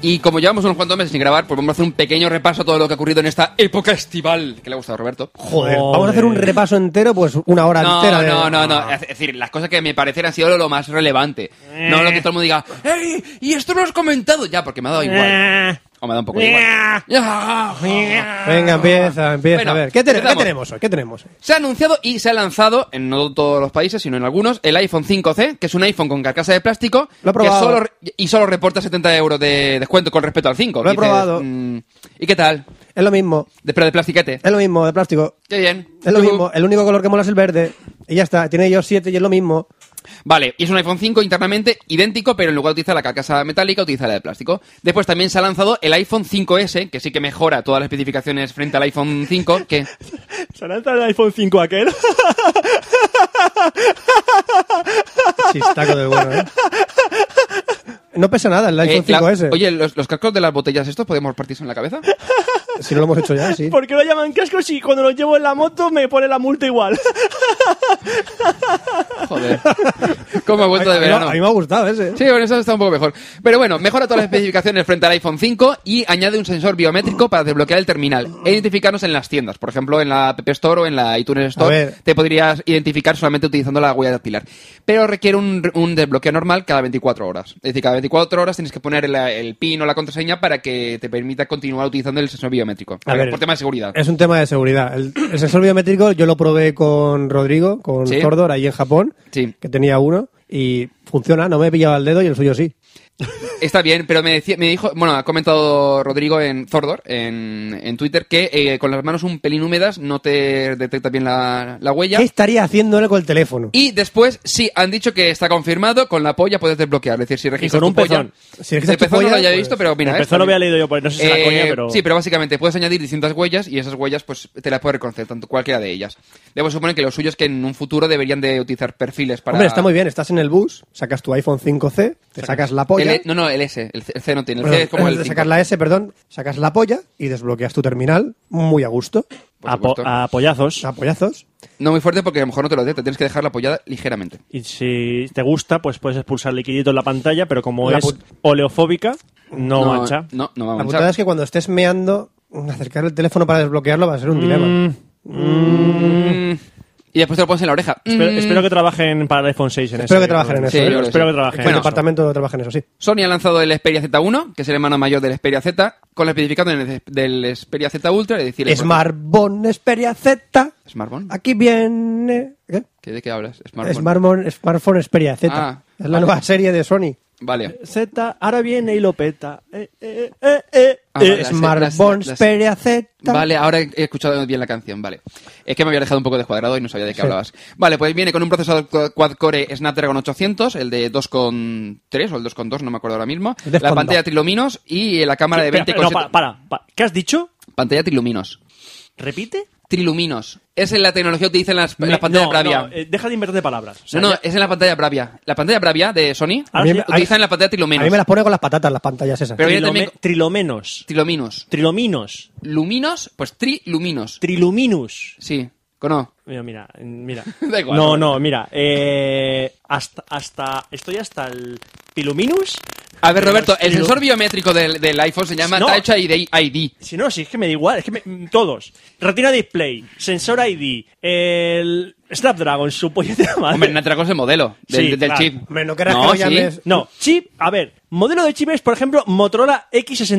Y como llevamos unos cuantos meses sin grabar, pues vamos a hacer un pequeño repaso a todo lo que ha ocurrido en esta época estival. Que le ha gustado a Roberto.
Joder, vamos a hacer un repaso entero, pues una hora
No,
entera. de-
no, no, no. Es decir, las cosas que me parecen han sido lo más relevante. No lo que todo el mundo diga, ¡Ey! ¿Y esto no lo has comentado? Ya, porque me ha dado
Eh.
igual. O me ha dado un poco igual.
Venga, empieza, empieza.
Bueno,
a ver, ¿qué, te- qué
empezamos.
tenemos hoy? ¿Qué tenemos hoy?
Se ha anunciado y se ha lanzado, en no todos los países, sino en algunos, el iPhone 5C, que es un iPhone con carcasa de plástico
Lo he
que
probado.
solo, y solo reporta 70 euros de descuento con respecto al 5.
Lo he
Dices,
probado.
mm, ¿Y qué tal?
Es lo mismo,
De- Pero de plastiquete.
es lo mismo, de plástico.
Qué bien.
Es lo
Ujú.
mismo, el único color que mola es el verde. Y ya está, tiene yo 7 y es lo mismo.
Vale, y es un iPhone 5 internamente idéntico, pero en lugar de utilizar la carcasa metálica, utiliza la de plástico. Después también se ha lanzado el iPhone 5S, que sí que mejora todas las especificaciones frente al iPhone 5, que...
¿Se lanza Eh. el iPhone 5 aquel?
Chistaco de bueno, ¿eh? No pesa nada el iPhone
eh, la-
5S.
Oye, los, los cascos de las botellas estos, ¿podemos partirse en la cabeza?
Si no lo hemos hecho ya, sí.
¿Por qué lo llaman casco si cuando lo llevo en la moto me pone la multa igual?
Joder. ¿Cómo ha vuelto de
A mí-
verano?
A mí me ha gustado ese. ¿eh?
Sí, bueno, eso está un poco mejor. Pero bueno, mejora todas las especificaciones frente al iPhone 5 y añade un sensor biométrico para desbloquear el terminal e identificarnos en las tiendas. Por ejemplo, en la App Store o en la iTunes
A
Store
ver.
te podrías identificar solamente utilizando la huella dactilar. Pero requiere un, un desbloqueo normal cada 24 horas. Es decir, cada 24 horas tienes que poner el, el PIN o la contraseña para que te permita continuar utilizando el sensor biométrico.
A ver,
por tema de seguridad.
Es un tema de seguridad. El, el sensor biométrico yo lo probé con Rodrigo, con
Sí.
Zordor, ahí en Japón,
Sí.
que tenía uno, y funciona, no me he pillado el dedo y el suyo sí.
Está bien, pero me, decía, me dijo, bueno, ha comentado Rodrigo en Zordor, en, en Twitter, que eh, con las manos un pelín húmedas no te detecta bien la, la huella.
¿Qué estaría haciendo él con el teléfono?
Y después, sí, han dicho que está confirmado, con la polla puedes desbloquear. Es decir, si registras
con un
tu polla-
pezón.
Si registras
el
tu
pezón no lo
polla,
había
pues,
visto, pero mira...
El
¿ves?
pezón lo había
También-
leído yo, pues no sé si era
Eh,
coña, pero...
Sí, pero básicamente puedes añadir distintas huellas y esas huellas pues te las puedes reconocer, tanto cualquiera de ellas. Debo suponer que lo suyo es que en un futuro deberían de utilizar perfiles para...
Hombre, está muy bien, estás en el bus, sacas tu iPhone 5C, te sacas la polla.
El- no, no, el S, el C, el C no tiene, el
Bueno,
C es como el...
te
5.
sacas la S, perdón, sacas la polla y desbloqueas tu terminal muy a gusto,
por
a, po-
supuesto.
a pollazos.
a pollazos.
No muy fuerte porque a lo mejor no te lo detecta, tienes que dejarla apoyada ligeramente.
Y si te gusta, pues puedes expulsar liquidito en la pantalla, pero como
La
es
put-
oleofóbica, no, mancha.
No, no va a
La
manchar.
putada es que cuando estés meando, acercar el teléfono para desbloquearlo va a ser un dilema.
Mm. Y después te lo pones en la oreja.
Espero,
Mm.
espero que trabajen para el iPhone 6 en
Espero
eso,
que trabajen en
creo.
eso, Sí, ¿eh? yo
Espero,
creo que
espero
sí.
que trabajen
el
Bueno,
en eso.
departamento trabaja en eso, sí.
Sony ha lanzado el Xperia Z1, que es el hermano mayor del Xperia Z, con la especificación del- del Xperia Z Ultra, es decir... el-
Smartphone Xperia Z.
¿Smartphone?
Aquí viene. ¿Qué?
¿Qué- ¿De qué hablas? Smartphone.
Smartphone, smartphone Xperia Z.
Ah,
es la nueva serie de Sony.
Vale.
Z, ahora viene y lo peta. Eh, eh, eh, eh,
Ah,
eh.
vale, las-
Smartphone
las- las-
Xperia Z.
Vale, ahora he escuchado bien la canción, vale. Es que me había dejado un poco descuadrado y no sabía de qué hablabas. Vale, pues viene con un procesador cu- quad-core Snapdragon 800, el de 2.3 o el 2.2, no me acuerdo ahora mismo.
El de
La
fondo.
pantalla triluminos y la cámara de
Espera,
20...
espera, no, para, para, para. ¿Qué has dicho?
Pantalla triluminos.
¿Repite?
Triluminos. Es en la tecnología que utilizan las, en
Me-
las pantallas
no,
Bravia.
no, eh, deja de invertir palabras. O sea,
no, eh, no,
ya-
es en la pantalla Bravia. La pantalla Bravia de Sony
A mí me-
utilizan la pantalla
A
Triluminos.
mí me las pone con las patatas las pantallas esas.
Pero- viene
trilome-
también-
Trilomenos.
Triluminos.
Trilominos.
Luminos, pues triluminos.
Triluminus.
Sí, ¿o no?
Mira, mira, mira.
Da igual.
no, no, mira. eh, hasta, hasta. Estoy hasta el Piluminus.
A ver, Roberto,
Pero
el
trilu-
sensor biométrico del, del iPhone se llama
No.
Touch ID. ID.
Si no, si es que me da igual, es que me- todos. Retina Display, Sensor ID, el Snapdragon, su pollete madre.
Hombre, no otra cosa el modelo del,
Sí,
del
claro.
chip.
Hombre, no querrás que lo llames-
No, chip, a ver, modelo de chip es, por ejemplo, Motorola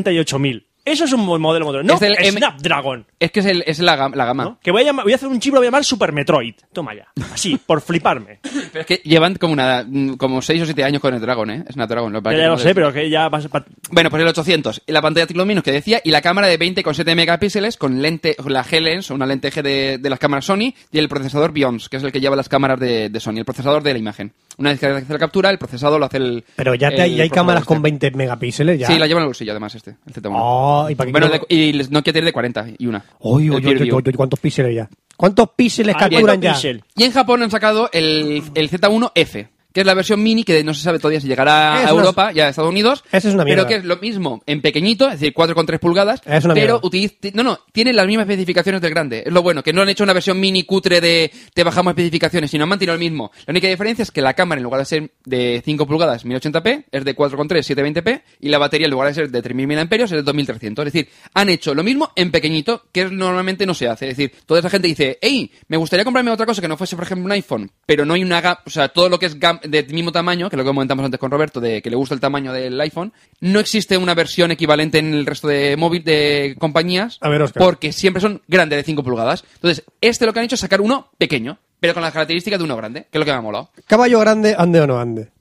X68000. Eso es un buen modelo modelo. No,
Es del M-
Snapdragon.
Es que es, el- es la, gam- la gama.
¿no? Que voy a, llamar- voy a hacer un chip, lo voy a llamar Super Metroid. Toma ya. Así, por fliparme.
Pero es que llevan como una mm, como 6 o 7 años con el Dragon, ¿eh? Es una Dragon. Lo
Ya, ya lo sé, pero que ya vas a...
Bueno, pues el 800. La pantalla triluminos que decía y la cámara de 20,7 megapíxeles con lente, la G-Lens, una lente G de, de las cámaras Sony y el procesador Bionz, que es el que lleva las cámaras de, de Sony, el procesador de la imagen. Una vez que hace la captura, el procesador lo hace el...
Pero ya, te-
el
ya hay cámaras
procesador
con
este.
20 megapíxeles ya.
Sí, la lleva en el bolsillo además este, el Z1.
Oh, ¿y para qué
Bueno,
quiero-
de- y el Nokia tiene de 40 y una.
Oy,
El
oy, oy,
Pure
oy,
View.
oy, oy, ¿Cuántos píxeles ya? ¿Cuántos píxeles
Ah,
capturan ya?
píxel.
Y en Japón han sacado el, el Z1F, que es la versión mini que no se sabe todavía si llegará
Es
a
una-
Europa y a Estados Unidos.
Esa es una mierda.
Pero que es lo mismo en pequeñito, es decir, 4,3 pulgadas.
Es una
pero
mierda.
utiliz- ti- No, no, tiene las mismas especificaciones del grande. Es lo bueno, que no han hecho una versión mini cutre de te bajamos especificaciones, sino han mantenido el mismo. La única diferencia es que la cámara, en lugar de ser de 5 pulgadas 1080p, es de 4,3 720p. Y la batería, en lugar de ser de 3000 mAh, es de 2300. Es decir, han hecho lo mismo en pequeñito, que es- normalmente no se hace. Es decir, toda esa gente dice, hey, me gustaría comprarme otra cosa que no fuese, por ejemplo, un iPhone, pero no hay una gama, o sea, todo lo que es gam- de mismo tamaño, que es lo que comentamos antes con Roberto, de que le gusta el tamaño del iPhone, no existe una versión equivalente en el resto de móvil de compañías,
A ver, Óscar.
porque siempre son grandes de 5 pulgadas. Entonces, este lo que han hecho es sacar uno pequeño, pero con las características de uno grande, que es lo que me ha molado.
Caballo grande, ande o no ande.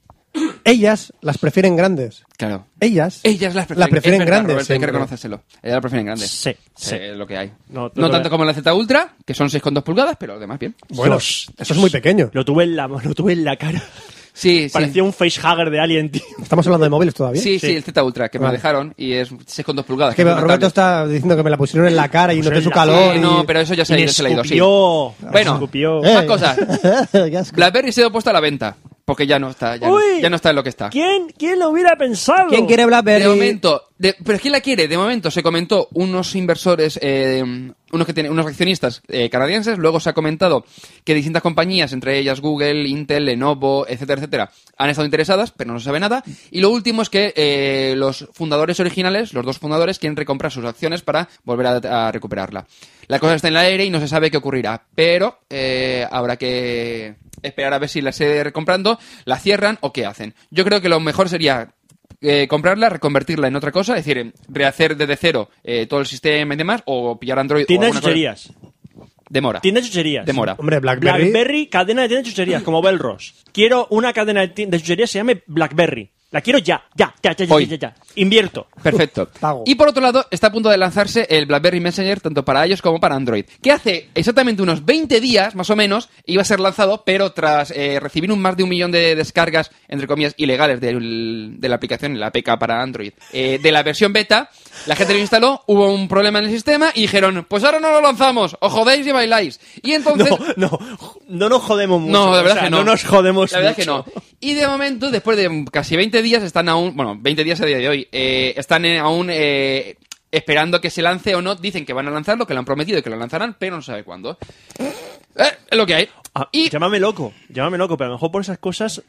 Ellas las prefieren grandes.
Claro.
Ellas.
Ellas las prefieren,
las prefieren
es verdad,
grandes.
Roberto, hay que
siempre.
reconocérselo. Ellas las prefieren grandes.
Sí, sí.
Eh, Es lo que hay.
No,
No,
no lo
tanto
veo.
como la Z Ultra, que son 6,2 pulgadas, pero lo demás bien.
Bueno,
Dios,
eso es muy pequeño.
Lo tuve en la, lo tuve en la cara.
Sí, sí.
Parecía un facehugger de Alien, tío.
Estamos hablando de móviles todavía.
Sí, sí,
Sí.
el Z Ultra, que me lo
Vale.
dejaron y es 6,2 pulgadas.
Es que
es una
Roberto está
tablet.
diciendo que me la pusieron en la cara y noté
Pusieron
su
en la-
calor.
Sí,
y-
no, pero eso ya se ha
Y
ido,
le
se le ha ido, sí.
escupió.
Bueno.
Le escupió.
Eh, más cosas.
Qué asco.
BlackBerry se ha puesto a la venta, porque ya no está, ya, no,
Uy.
ya no está en lo que está.
¿Quién, ¿Quién lo hubiera pensado?
¿Quién quiere Blackberry?
De momento, de- pero ¿quién la quiere? De momento se comentó unos inversores, eh, unos que tienen, unos accionistas eh, canadienses. Luego se ha comentado que distintas compañías, entre ellas Google, Intel, Lenovo, etcétera, etcétera, han estado interesadas, pero no se sabe nada. Y lo último es que eh, los fundadores originales, los dos fundadores, quieren recomprar sus acciones para volver a, a recuperarla. La cosa está en el aire y no se sabe qué ocurrirá, pero eh, habrá que esperar a ver si la sigue recomprando, la cierran o qué hacen. Yo creo que lo mejor sería eh, comprarla, reconvertirla en otra cosa, es decir, en rehacer desde cero eh, todo el sistema y demás, o pillar Android. o
Tiendas
alguna cosa-
chucherías.
Demora.
Tiendas chucherías.
Demora.
Hombre, Blackberry.
Blackberry. cadena de tiendas de chucherías, como Belros. Quiero una cadena de tiendas de chucherías que se llame Blackberry. La quiero ya, ya, ya, ya, ya,
Hoy.
ya, ya. Invierto.
Perfecto.
Pago.
Y por otro lado, está a punto de lanzarse el BlackBerry Messenger tanto para ellos como para Android, que hace exactamente unos 20 días, más o menos, iba a ser lanzado, pero tras eh, recibir un más de un millón de descargas, entre comillas, ilegales del- de, la aplicación, la APK para Android, eh, de la versión beta, la gente lo instaló, hubo un problema en el sistema y dijeron, pues ahora no lo lanzamos, os jodéis y bailáis. Y
No,
entonces...
no, no nos jodemos mucho.
No, la verdad
O sea,
que no.
nos jodemos
La verdad
mucho.
que no. Y de momento, después de casi 20 días, están aún, bueno, 20 días a día de hoy, eh, están eh, aún eh, esperando que se lance o no. Dicen que van a lanzarlo, que lo han prometido y que lo lanzarán, pero no sabe cuándo. Eh, es lo que hay.
Ah,
y
Llámame loco, llámame loco, pero a lo mejor por esas cosas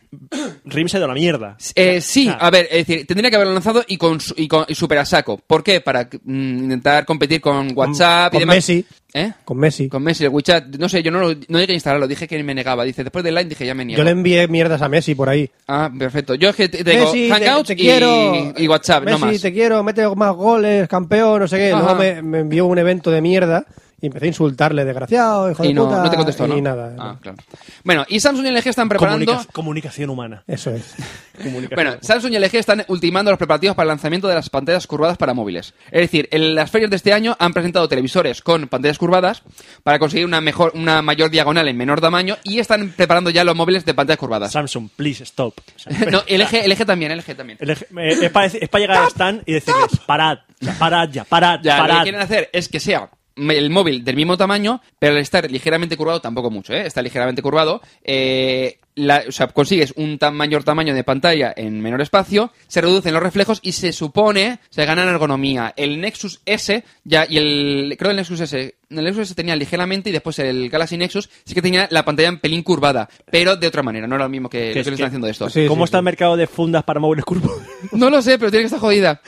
Rim se da la mierda.
Eh, sí,
sea-
a ver, es decir, tendría que haberlo lanzado y con, su- y con y super a saco. ¿Por qué? Para mm, intentar competir con WhatsApp y
con
demás.
Messi.
¿Eh?
Con Messi.
Con Messi, el WeChat. No sé, yo no, lo, no llegué a instalarlo, dije que me negaba. Dice, después del line dije, ya me niego.
Yo le envié mierdas a Messi por ahí.
Ah, perfecto. Yo es que te- tengo
Messi, te-
Hangouts
te, quiero.
y, y WhatsApp,
Messi,
no más.
te quiero, mete más goles, campeón, no sé qué.
Ajá.
Luego me, me envió un evento de mierda y empecé a insultarle, desgraciado, hijo
Y
de
no,
puta.
no te contestó,
y
¿no?
nada.
Ah, claro. Bueno, y Samsung y LG están preparando...
Comunica- comunicación humana.
Eso es.
Comunicación
Bueno,
humana.
Samsung y LG están ultimando los preparativos para el lanzamiento de las pantallas curvadas para móviles. Es decir, en las ferias de este año han presentado televisores con pantallas curvadas para conseguir una mejor, una mayor diagonal en menor tamaño y están preparando ya los móviles de pantallas curvadas.
Samsung, please stop. O sea,
no, LG, LG también, LG también.
el ej- eh, es para llegar a Stan y decirles, parad, o sea, parad ya, parad,
Ya, lo que
parad.
quieren hacer es que sea el móvil del mismo tamaño, pero al estar ligeramente curvado, tampoco mucho, ¿eh? está ligeramente curvado, eh, la- o sea, consigues un tan mayor tamaño de pantalla en menor espacio, se reducen los reflejos y se supone se gana en ergonomía. El Nexus S, ya, y el, creo el Nexus S, el Nexus S tenía ligeramente y después el Galaxy Nexus sí que tenía la pantalla un pelín curvada, pero de otra manera, no era lo mismo que, lo que
es
le
que-
están haciendo esto.
Sí,
¿Cómo
sí,
está
sí.
el mercado de fundas para móviles curvos?
No lo sé, pero tiene que estar jodida.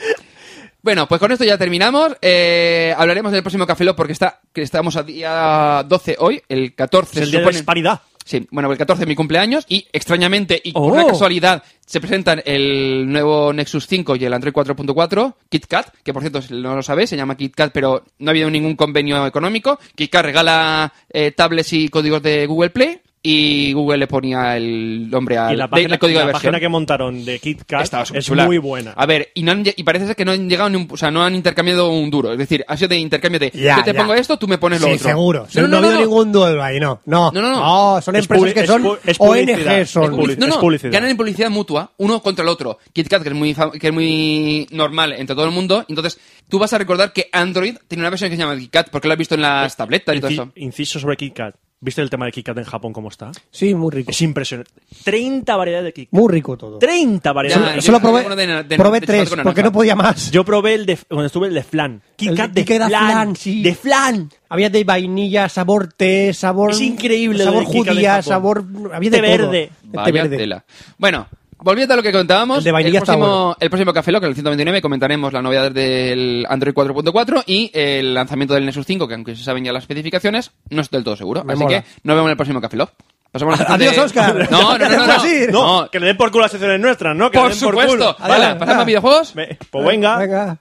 Bueno, pues con esto ya terminamos. Eh, hablaremos del próximo Café Lock porque está, que estamos a día 12 hoy, el 14.
Es el día
se
de la
supone.
disparidad.
Sí, bueno, el 14 es mi cumpleaños y extrañamente y por
Oh.
una casualidad se presentan el nuevo Nexus 5 y el Android 4.4, KitKat, que por cierto si no lo sabéis, se llama KitKat, pero no ha habido ningún convenio económico. KitKat regala eh, tablets y códigos de Google Play y Google le ponía el nombre al
y la
de-
página,
el código
la
de versión.
página que montaron de KitKat
Estaba súper
es
chula.
muy buena.
A ver, y, no han lle- y parece ser que no han llegado ni un- o sea, no han intercambiado un duro. Es decir, ha sido de intercambio de
Ya,
yo te
ya.
pongo esto, tú me pones lo
sí,
otro.
seguro.
No,
No,
no,
ha habido
no, no.
ningún duelo ahí, no. No,
No, no, no.
son
Es
empresas
publi-
que
es
son
pu- es publicidad,
ONG.
es
Son.
publicidad.
No, no,
publicidad.
ganan en publicidad mutua uno contra el otro. KitKat, que es muy fam- que es muy normal entre todo el mundo. Entonces, tú vas a recordar que Android tiene una versión que se llama KitKat, porque lo has visto en
Eh,
las tabletas y todo
Inci-
eso.
Inciso sobre KitKat. ¿Viste el tema de KitKat en Japón cómo está?
Sí, muy rico.
Es impresionante. 30 variedades de KitKat.
Muy rico todo.
30 variedades.
Ya,
de
yo
Solo
KitKat.
probé,
uno de na- de-
probé
de chocolate
tres,
con
porque
naranja.
no podía más.
Yo probé el de, cuando estuve el de flan. KitKat
El
de,
que era
flan.
flan, sí.
De flan.
Había de vainilla, sabor té, sabor...
Es increíble lo
Sabor
del Kika de
judía,
Japón.
sabor... Había de
Té
todo.
verde.
Té
Vaya
Este verde.
tela. Bueno, volviendo a lo que contábamos,
El de vainilla está
próximo,
bueno.
el próximo Café Lock, el 129, comentaremos la novedad del Android 4.4 y el lanzamiento del Nexus 5, que aunque se saben ya las especificaciones, no es del todo seguro.
Me
Así
mola.
que nos vemos en el próximo Café Lock. Pasamos a la sección
Adiós, Óscar.
No, no, no, no.
Queremos ir.
No, que le den por culo a las secciones nuestras, ¿no? Que le
Por
den por
supuesto.
culo.
Vale,
Adiós.
pasamos a videojuegos.
Me- pues venga.
Venga.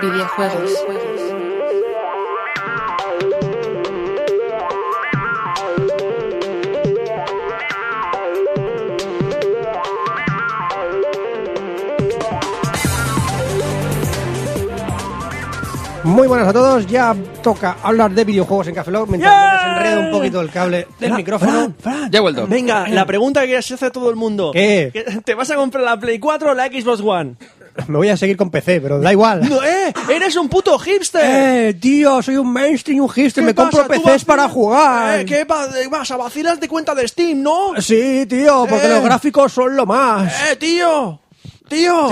videojuegos,
Muy buenas a todos, ya toca hablar de videojuegos en Café Lock mientras
Yeah.
me desenredo un poquito el cable del
Fra-
micrófono.
Fran, Fran.
Ya he vuelto.
Venga, la pregunta que se hace a todo el mundo.
¿Qué?
¿Que- ¿Te vas a comprar la Play 4 o la Xbox One?
Me voy a seguir con PC, pero da igual.
No, ¡Eh! ¡Eres un puto hipster!
Eh, tío, soy un mainstream, un
¿Qué
hipster, me
pasa?
compro
¿Tú
PCs
vas-
para jugar.
Eh, ¿Qué pa- vas a vacilar de cuenta de Steam, no?
Sí, tío, porque
Eh.
los gráficos son lo más.
¡Eh, tío! ¡Tío!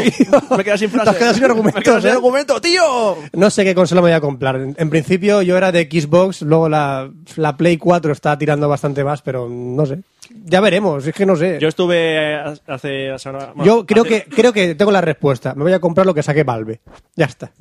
Me quedas sin
Te has
frase.
quedado sin argumentos,
Me quedo sin
¿eh?
argumento, tío.
No sé qué consola me voy a comprar. En, en principio yo era de Xbox, luego la, la Play 4 está tirando bastante más, pero no sé. Ya veremos, es que no sé.
Yo
Yo,
estuve eh, hace la semana. bueno,
creo,
hace-
que, creo que tengo la respuesta. Me voy a comprar lo que saque Valve. Ya está,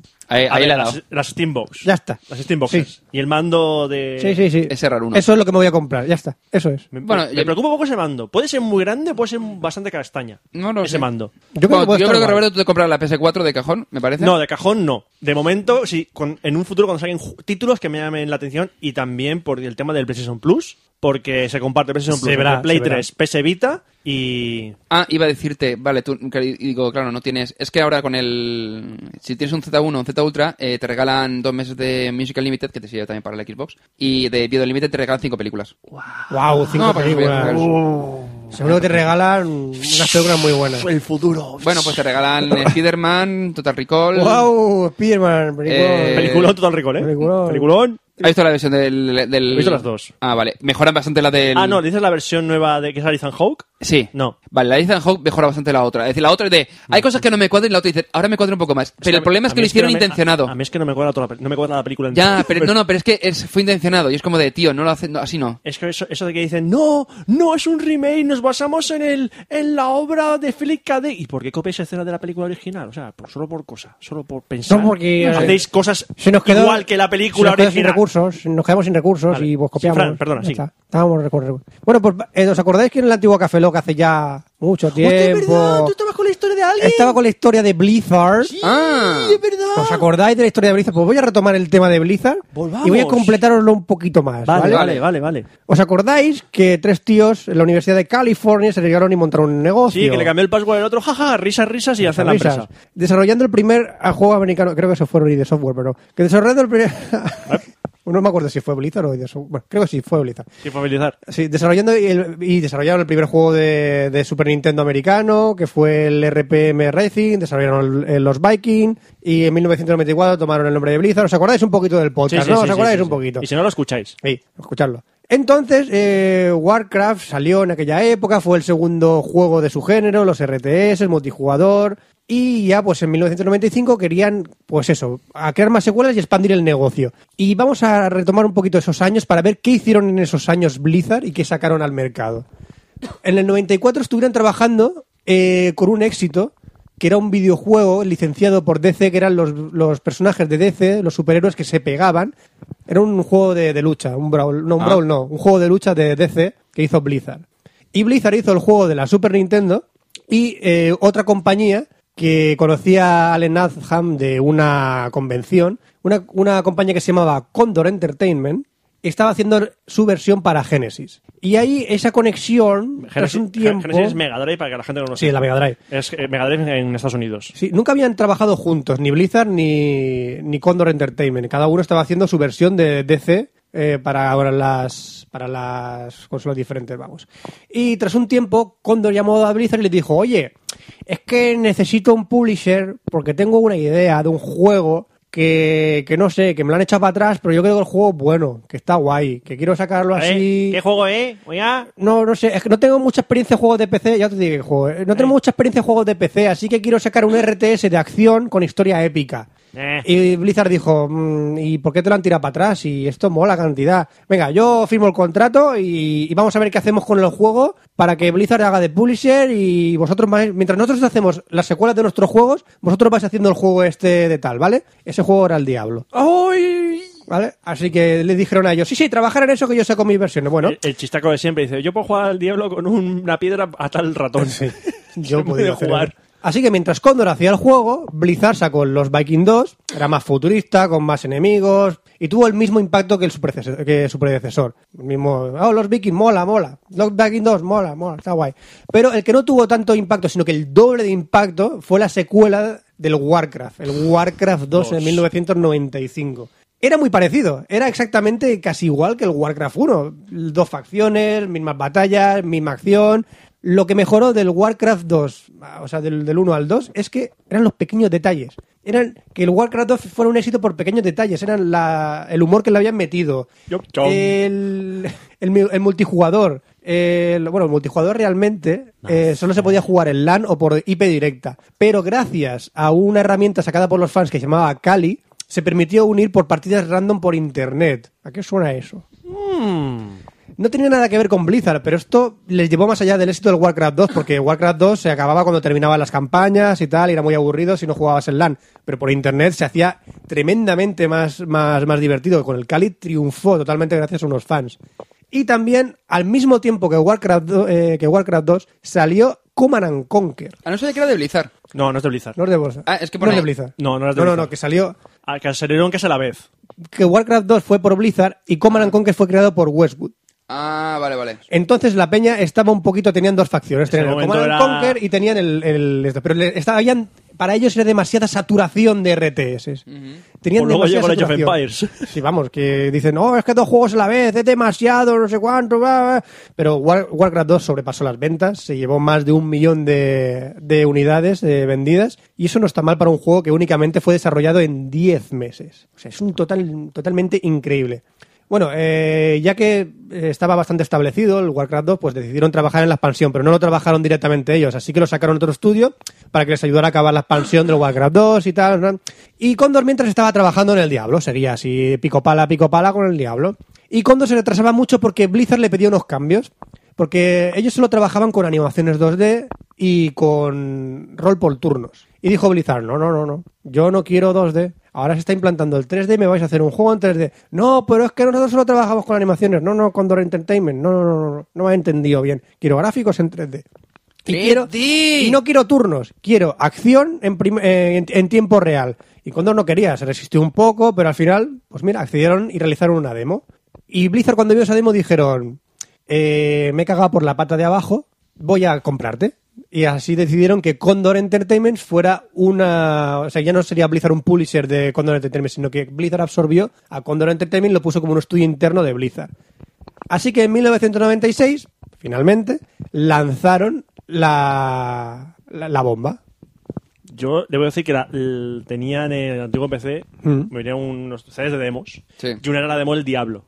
A
Ahí, Eh, ahí
ver,
le ha dado.
las, las Steambox.
ya está.
Las Steamboxes.
Sí.
Y el mando de.
Sí, sí, sí.
Ese raro Eh, uno.
Eso es lo que me voy a comprar, ya está. Eso es.
Me,
Bueno,
me
yo-
preocupa un poco ese mando. Puede ser muy grande, puede ser bastante castaña.
No lo
ese
sé.
mando.
Yo creo
Bueno,
que puede estar guay.
Roberto, tú te compras la PS4 de cajón, me parece.
No, de cajón no. De momento, sí, con- en un futuro cuando salgan ju- títulos que me llamen la atención y también por el tema del PlayStation Plus, porque se comparte PlayStation
Se
Plus
verá,
entre Play
se verá.
3, PS Vita y
Ah, iba a decirte, vale, tú, que- y digo, claro, no tienes. Es que ahora con el. Si tienes un Z1 o un Z Ultra, eh, te regalan dos meses de Musical Limited, que te sirve también para la Xbox, y de Video Limited te regalan cinco películas.
Wow, cinco
No, Uh. pues,
películas.
pues,
Seguro que te regalan unas películas muy buenas.
el futuro.
Bueno, pues te regalan eh, Spider-Man, Total Recall.
Wow, Spiderman,
Eh,
película.
Peliculón Total Recall, ¿eh?
Peliculón.
¿Has visto la versión del. del-
He visto las dos.
Ah, vale. Mejoran bastante la del.
Ah, no, ¿dices la versión nueva de que es Ethan Hawke?
Sí.
No.
Vale, la de Ethan Hawke mejora bastante la otra. Es decir, la otra es de. Hay cosas que no me cuadran y la otra dice, ahora me cuadra un poco más.
Es a
Pero el
mí-
problema es
a
que
mí
lo hicieron
no me-
intencionado.
A, a mí es que no me cuadra toda la, pel- no me cuadra la película.
Ya,
entera.
pero no, no, pero es que es- fue intencionado y es como de, tío, no lo hacen, no, así no.
Es que eso, eso de que dicen, no, no es un remake, nos basamos en el en la obra de Philip K. Dick. ¿Y por qué copiáis escenas de la película original? O sea, por- solo por cosa, solo por pensar.
No, porque, eh,
Hacéis cosas
Se nos quedó,
igual que la película
se nos quedó sin
original.
recursos, nos quedamos sin recursos
Vale.
y pues
Sí,
copiamos.
Fran, perdona,
Ya
sí.
está. Estábamos recursos. Bueno, pues eh, ¿os acordáis que en el antiguo Café Lock hace ya mucho
Hostia,
tiempo
es verdad, tú estabas con la historia de alguien.
estaba con la historia de Blizzard?
Ah,
Sí, es verdad.
¿Os acordáis de la historia de Blizzard? Pues voy a retomar el tema de Blizzard
Volvamos.
y voy a completároslo un poquito más.
Vale,
¿vale?
vale, vale, vale.
¿Os acordáis que tres tíos en la Universidad de California se llegaron y montaron un negocio?
Sí, que le cambió el password al otro, jaja, risas, risas y hacen la
Sonrisas.
empresa.
Desarrollando el primer ah, juego americano, creo que eso fue Unity de software, pero que desarrollando el primer No me acuerdo si fue Blizzard o Videosoft. Bueno, creo que sí fue Blizzard.
Infabilizar.
Sí, desarrollando y, el- y desarrollaron el primer juego de, de Super Nintendo americano, que fue el RPM Racing, desarrollaron el- el- los Viking, y en 1994 tomaron el nombre de Blizzard. ¿Os acordáis un poquito del podcast, no? ¿Os acordáis un poquito?
Y si no lo escucháis.
Sí, escucharlo. Entonces, eh, Warcraft salió en aquella época, fue el segundo juego de su género, los RTS, el multijugador, y ya pues en 1995 querían, pues eso, a crear más secuelas y expandir el negocio. Y vamos a retomar un poquito esos años para ver qué hicieron en esos años Blizzard y qué sacaron al mercado. En el 94 estuvieron trabajando eh, con un éxito, que era un videojuego licenciado por DC, que eran los, los personajes de DC, los superhéroes que se pegaban. Era un juego de, de lucha, un brawl, no, un
Ah.
brawl no, un juego de lucha de DC que hizo Blizzard. Y Blizzard hizo el juego de la Super Nintendo y eh, otra compañía que conocía a Allen Adham de una convención, una, una compañía que se llamaba Condor Entertainment, estaba haciendo su versión para Genesis. Y ahí esa conexión, tras
Genesis,
un tiempo...
Genesis es Mega Drive para que la gente no lo
Sí, la Mega Drive.
Es eh, Mega Drive en Estados Unidos.
Sí, nunca habían trabajado juntos, ni Blizzard ni, ni Condor Entertainment. Cada uno estaba haciendo su versión de DC eh, para ahora las para las consolas diferentes, vamos. Y tras un tiempo, Condor llamó a Blizzard y le dijo, oye, es que necesito un publisher porque tengo una idea de un juego que, que no sé, que me lo han echado para atrás, pero yo creo que el juego es bueno, que está guay, que quiero sacarlo así...
¿Qué juego, eh? Oiga.
No, no sé, es que no tengo mucha experiencia en juegos de PC, ya te digo que juego, eh. no tengo mucha experiencia en juegos de PC, así que quiero sacar un RTS de acción con historia épica.
Eh.
Y Blizzard dijo, "Mm, ¿y por qué te lo han tirado para atrás? Y esto mola cantidad. Venga, yo firmo el contrato y, y vamos a ver qué hacemos con el juego para que Blizzard haga de publisher y vosotros, vais- mientras nosotros hacemos las secuelas de nuestros juegos, vosotros vais haciendo el juego este de tal, ¿vale? Ese juego era el diablo.
¡Ay!
¿Vale? Así que le dijeron a ellos, sí, sí, trabajar en eso que yo saco mis versiones. Bueno,
El, el chistaco de siempre dice: Yo puedo jugar al diablo con un- una piedra a tal ratón.
Yo he
puedo
podido hacer
jugar.
eso. Así que mientras Condor hacía el juego, Blizzard sacó los Viking 2, era más futurista, con más enemigos, y tuvo el mismo impacto que, el su, predecesor, que su predecesor. El mismo, oh, los Viking, mola, mola. Los Viking 2, mola, mola, está guay. Pero el que no tuvo tanto impacto, sino que el doble de impacto, fue la secuela del Warcraft, el Warcraft 2 en
Dos.
1995. Era muy parecido, era exactamente casi igual que el Warcraft 1. Dos facciones, mismas batallas, misma acción. Lo que mejoró del Warcraft 2, o sea, del, del 1 al 2, es que eran los pequeños detalles. Eran que el Warcraft 2 fuera un éxito por pequeños detalles, eran la- el humor que le habían metido,
Yup, chom.
el, el mi- el multijugador. el- bueno, el multijugador realmente eh, solo se podía jugar en LAN o por IP directa. Pero gracias a una herramienta sacada por los fans que se llamaba Kali, se permitió unir por partidas random por internet. ¿A qué suena eso? No tenía nada que ver con Blizzard, pero esto les llevó más allá del éxito del Warcraft 2, porque Warcraft 2 se acababa cuando terminaban las campañas y tal, y era muy aburrido si no jugabas en LAN. Pero por internet se hacía tremendamente más, más, más divertido. Con el Cali triunfó totalmente gracias a unos fans. Y también, al mismo tiempo que Warcraft, do- eh, que Warcraft 2, salió Command and Conquer.
A no ser que era de Blizzard.
No, no es de Blizzard.
No es de Bolsa.
Ah, es que por
no es
ahí.
de Blizzard.
No, no es de
no,
Blizzard.
no, que salió
Al que salieron que es a la vez.
que Warcraft 2 fue por Blizzard y Command and Conquer fue creado por Westwood.
Ah, vale, vale.
Entonces la peña estaba un poquito, tenían dos facciones,
Ese
tenían el
momento
Command and
era-
Conquer y tenían el, el esto. pero le- estaba- habían- para ellos era demasiada saturación de RTS. Tenían
O luego
demasiada
llegó el Age of
saturación.
Empires.
Sí, vamos, que dicen, no, es que dos juegos a la vez, es demasiado, no sé cuánto, bla, bla". pero War- Warcraft 2 sobrepasó las ventas, se llevó más de un millón de, de unidades eh, vendidas, y eso no está mal para un juego que únicamente fue desarrollado en 10 meses. O sea, es un total, totalmente increíble. Bueno, eh, ya que eh, estaba bastante establecido el Warcraft 2, pues decidieron trabajar en la expansión, pero no lo trabajaron directamente ellos, así que lo sacaron a otro estudio para que les ayudara a acabar la expansión del Warcraft 2 y tal. ¿no? Y Condor mientras estaba trabajando en el Diablo, sería así, pico pala, pico pala con el Diablo. Y Condor se retrasaba mucho porque Blizzard le pedía unos cambios, porque ellos solo trabajaban con animaciones 2D y con rol por turnos. Y dijo Blizzard, no, no, no, no, yo no quiero 2D. Ahora se está implantando el 3D, me vais a hacer un juego en 3D. No, pero es que nosotros solo trabajamos con animaciones. No, no, Condor Entertainment. No, no, no, no, no me ha entendido bien. Quiero gráficos en 3D. Y,
3D.
quiero, y no quiero turnos, quiero acción en, prim- eh, en- en tiempo real. Y Condor no quería, se resistió un poco, pero al final, pues mira, accedieron y realizaron una demo. Y Blizzard cuando vio esa demo dijeron, eh, me he cagado por la pata de abajo, voy a comprarte. y así decidieron que Condor Entertainment fuera una... O sea, ya no sería Blizzard un publisher de Condor Entertainment, sino que Blizzard absorbió a Condor Entertainment y lo puso como un estudio interno de Blizzard. Así que en 1996, finalmente, lanzaron la, la, la bomba.
Yo debo decir que la- l- tenía en el antiguo PC,
Mm.
me venían unos CDs de demos.
Sí.
Y una era la demo del Diablo.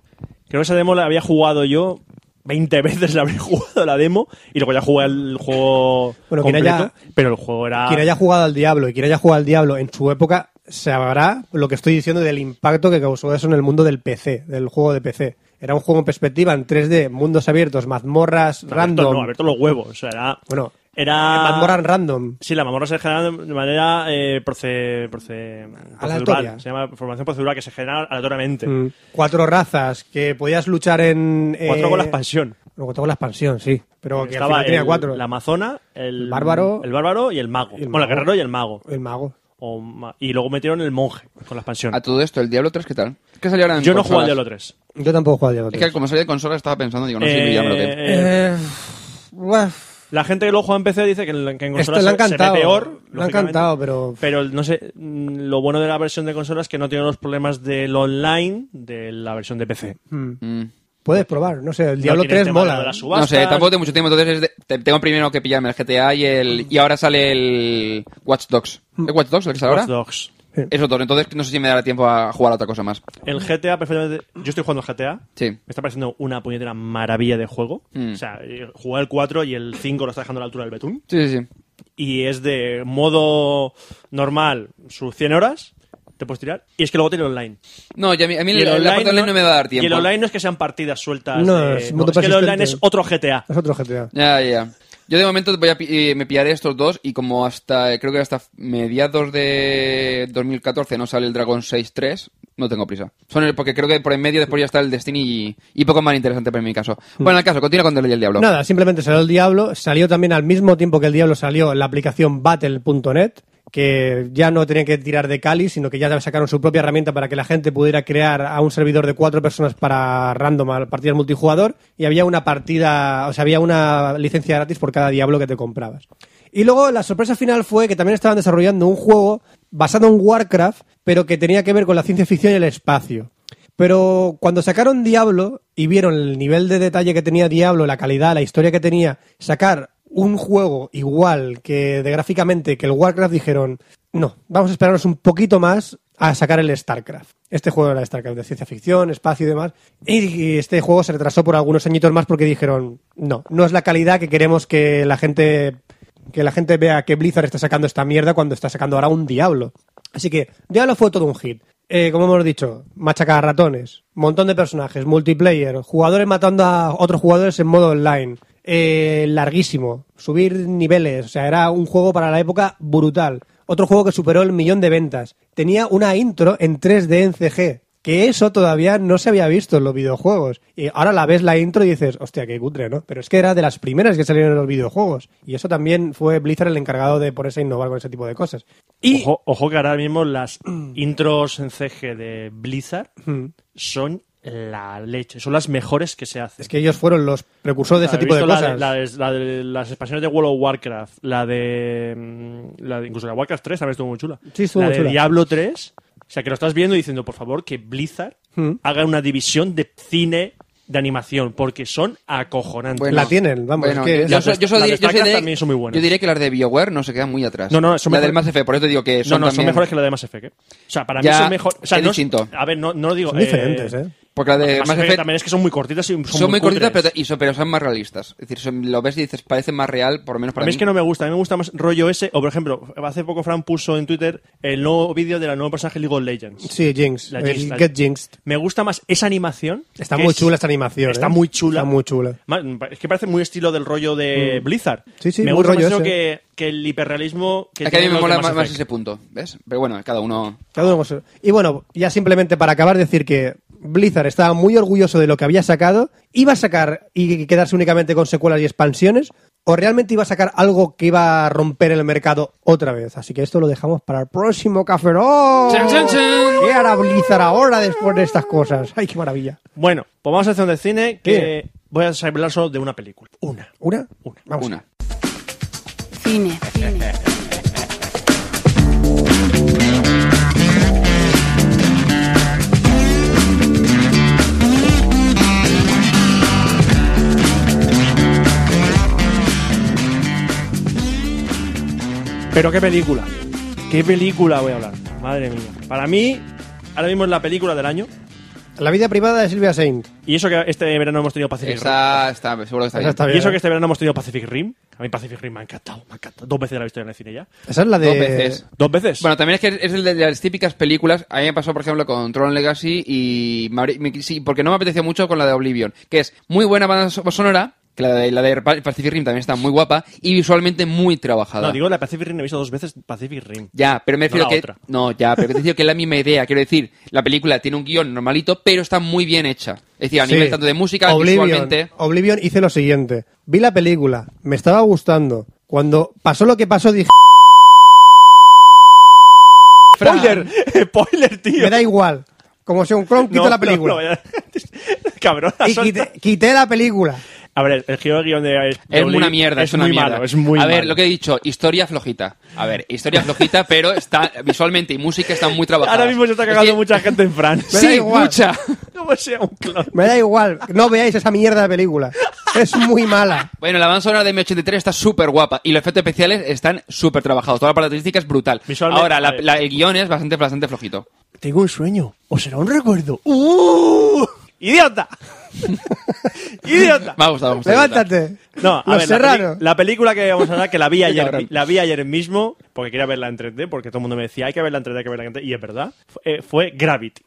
Creo que esa demo la había jugado yo 20 veces, la habría jugado la demo. Y luego ya jugué el juego
Bueno, quien
completo.
haya-
pero el juego era.
Quien haya jugado al Diablo y quien haya jugado al Diablo en su época sabrá lo que estoy diciendo del impacto que causó eso en el mundo del PC, del juego de PC. Era un juego en perspectiva en 3D, mundos abiertos, mazmorras
abierto,
random.
No, Ah. abierto los huevos. O sea, era.
Bueno,
era.
mazmorras random.
Sí, la mazmorra se genera de manera eh, proce- proce-
Aleatoria.
procedural. Se llama formación procedural que se genera aleatoriamente.
Mm. Cuatro razas que podías luchar en.
Cuatro
eh,
con la expansión.
Luego tengo la expansión, sí. Pero que al
Estaba
final tenía
el-
cuatro.
la amazona, el,
El bárbaro.
el bárbaro y el mago.
Y el
bueno, el
mago.
guerrero y el mago.
El mago.
O ma- y luego metieron el monje con la expansión.
A todo esto, ¿el Diablo 3 qué tal? Es que salió ahora en
Yo no jugué al
consolas.
Diablo 3.
Yo tampoco he jugado al Diablo
Es
3.
que como salió de consola estaba pensando, digo, no sé si
Eh,
me llaman o qué.
eh,
Eh, buah.
la gente que lo juega en PC dice que, en- que en
Esto
consola
le
se- se,
ha
ve
encantado.
peor.
Le ha
lógicamente.
encantado, pero-
Pero no sé, mm, lo bueno de la versión de consola es que no tiene los problemas del online de la versión de PC.
Mm.
Puedes probar, no sé, el
No
Diablo
tiene el
3
tema de
mola.
las
No sé,
subastas.
tampoco tengo mucho tiempo, entonces es de- te- tengo primero que pillarme el GTA y el y ahora sale el Watch Dogs. ¿El Watch Dogs el que sale
Watch
ahora?
Dogs.
Es otro, entonces no sé si me dará tiempo a jugar a otra cosa más.
El GTA, perfectamente. Yo estoy jugando al GTA.
Sí.
Me está pareciendo una puñetera maravilla de juego.
Mm.
O sea, eh, jugué el 4 y el 5 lo está dejando a la altura del betún.
Sí, sí, sí.
y es de modo normal sus 100 horas, te puedes tirar. Y es que luego tiene online.
No, ya a mí, a mí
Y el
la, la parte online no me va a dar tiempo.
Y el online no es que sean partidas sueltas.
No,
de-
es
no,
mundo
es que el
persistente.
online es otro GTA.
Es otro GTA.
Ya, ya. Yo de momento voy a pi- eh, me pillaré estos dos y como hasta, eh, creo que hasta mediados de 2014 no sale el Dragon 6.3, no tengo prisa. Son el, porque creo que por en medio después ya está el Destiny y, y poco más interesante para mi caso.
Mm.
Bueno, el caso, continúa con Del el Diablo.
Nada, simplemente salió el Diablo. Salió también al mismo tiempo que el Diablo salió la aplicación Battle.net, que ya no tenía que tirar de Kali, sino que ya sacaron su propia herramienta para que la gente pudiera crear a un servidor de cuatro personas para random a partidas multijugador. Y había una partida, o sea, había una licencia gratis por cada Diablo que te comprabas. Y luego la sorpresa final fue que también estaban desarrollando un juego basado en Warcraft, pero que tenía que ver con la ciencia ficción y el espacio. Pero cuando sacaron Diablo y vieron el nivel de detalle que tenía Diablo, la calidad, la historia que tenía, sacar un juego igual que de gráficamente que el Warcraft, dijeron, no, vamos a esperarnos un poquito más a sacar el StarCraft. Este juego era StarCraft de ciencia ficción, espacio y demás. Y este juego se retrasó por algunos añitos más porque dijeron, no, no es la calidad que queremos que la gente que la gente vea que Blizzard está sacando esta mierda cuando está sacando ahora un Diablo. Así que Diablo fue todo un hit. Eh, como hemos dicho, machacar ratones, montón de personajes, multiplayer, jugadores matando a otros jugadores en modo online, eh, larguísimo, subir niveles, o sea, era un juego para la época brutal. Otro juego que superó el millón de ventas. Tenía una intro en 3D en CG, que eso todavía no se había visto en los videojuegos. Y ahora la ves la intro y dices, hostia, qué cutre, ¿no? Pero es que era de las primeras que salieron en los videojuegos. Y eso también fue Blizzard el encargado de ponerse a innovar con ese tipo de cosas. Y
Ojo, ojo que ahora mismo las intros en CG de Blizzard son la leche. Son las mejores que se hacen.
es que ellos fueron los precursores de
O sea,
este
he
tipo de
visto la
cosas.
la de- la de las expansiones de World of Warcraft, la de, mm, la de- Incluso la Warcraft 3 también estuvo muy chula.
Sí, estuvo
la
muy
de
chula.
Diablo 3. O sea, que lo estás viendo y diciendo, por favor, que Blizzard
Mm.
haga una división de cine de animación, porque son acojonantes.
Bueno,
La tienen, vamos,
bueno,
es que-
yo,
Las
so-
de-
yo so-
las de
diré- yo
StarCraft
diré-
también son muy buenas.
yo diré que las de BioWare no se quedan muy atrás.
No, no, son
la
mejor-
del Mass Effect, por eso te digo que
no,
son
no, son
también-
mejores que la de Mass Effect. ¿eh? O sea, para mí
Ya,
son mejor. O sea,
es
no
distinto.
A ver, no, no lo digo.
Son
eh,
diferentes, ¿eh?
Porque la de
Mass Effect también es que son muy cortitas y son,
son muy cortitas,
cutres.
pero, y son, pero son más realistas. Es decir, son- lo ves y dices, parece más real, por lo menos para
a mí es que no me gusta, a mí me gusta más rollo ese. O por ejemplo, hace poco Fran puso en Twitter el nuevo vídeo de la nueva personaje League of Legends.
Sí, Jinx,
La
el
Jinx, la-
Get Jinxed.
Me gusta más esa animación.
Está
que
muy
es-
chula esta animación.
Está
¿eh?
muy chula.
Está muy chula.
Ma- Es que parece muy estilo del rollo de Blizzard.
Sí, sí,
me
muy
gusta más
rollo
eso
ese.
que, que el hiperrealismo que
Es que a mí
tienen
me
los
mola
de Mass
más, más
Effect.
ese punto, ¿ves? Pero bueno, cada uno...
Cada uno con su- Y bueno, ya simplemente para acabar decir que Blizzard estaba muy orgulloso de lo que había sacado, iba a sacar y quedarse únicamente con secuelas y expansiones, o realmente iba a sacar algo que iba a romper el mercado otra vez. Así que esto lo dejamos para el próximo Café Lock.
Chan, chan, chan.
¿Qué hará Blizzard ahora después de estas cosas? ¡Ay, qué maravilla!
Bueno, pues vamos a hacer un de cine que voy a hablar solo de una película. Una.
¿Una?
Una.
Vamos.
Una.
Cine. Cine.
Pero qué película. ¿Qué película voy a hablar? Madre mía. Para mí, ahora mismo es la película del año.
La vida privada de Silvia Saint.
Y eso que este verano hemos tenido Pacific Rim.
Está, está, seguro que
Esa
está bien.
está
Y
bien. ¿eh?
eso que este verano hemos tenido Pacific Rim. A mí Pacific Rim me ha encantado, me ha encantado. Dos veces la he visto en el cine ya.
Esa es la de...
Dos veces.
¿Dos veces?
Bueno, también es que es el de las típicas películas. A mí me pasó, por ejemplo, con Tron Legacy y. Maverick- me- sí, porque no me apeteció mucho con la de Oblivion, que es muy buena banda so- sonora, que la de, la de Pa- Pacific Rim también está muy guapa y visualmente muy trabajada.
no, digo la Pacific Rim, he visto dos veces Pacific Rim.
Ya, pero me
No
refiero
la
que.
otra.
No, ya, pero me refiero que es la misma idea. Quiero decir, la película tiene un guión normalito, pero está muy bien hecha. Es decir, a nivel
Sí.
tanto de música,
Oblivion,
visualmente.
Oblivion hice lo siguiente. Vi la película, me estaba gustando. Cuando pasó lo que pasó dije,
Fran,
¡Spoiler! ¡Spoiler, tío!
me da igual. Como si un clon quita
No,
la película.
no, no, ya. Cabrón, la
y
suelta.
quité, quité la película.
A ver, el giro de guión de. de
Es
Oli-
una mierda, es,
muy
una mierda.
malo, es muy
A ver,
malo.
lo que he dicho, historia flojita. A ver, historia flojita, pero está visualmente y música están muy trabajadas.
Ahora mismo se está
Es
cagando
que-
mucha gente en
Me
Francia.
da
Sí,
igual.
mucha.
Como sea un clon.
Me da igual. No veáis esa mierda de película. Es muy mala.
Bueno, la banda sonora de M83 está súper guapa y los efectos especiales están súper trabajados. Toda la parte artística es brutal.
Visualmente-
Ahora, la-
a ver.
la- el guión es bastante, bastante flojito.
Tengo un sueño. ¿O será un recuerdo? ¡Uh! ¡Idiota! ¡Idiota!
Me ha gustado. me ha gustado.
Levántate.
No, a ver,
Los
la,
Serrano.
peli- la película que vamos a hablar, que la vi ayer,
cabrón.
la vi ayer mismo, porque quería verla en 3D, porque todo el mundo me decía, hay que verla en 3D, hay que verla en 3D, y es verdad, fue, eh, fue Gravity.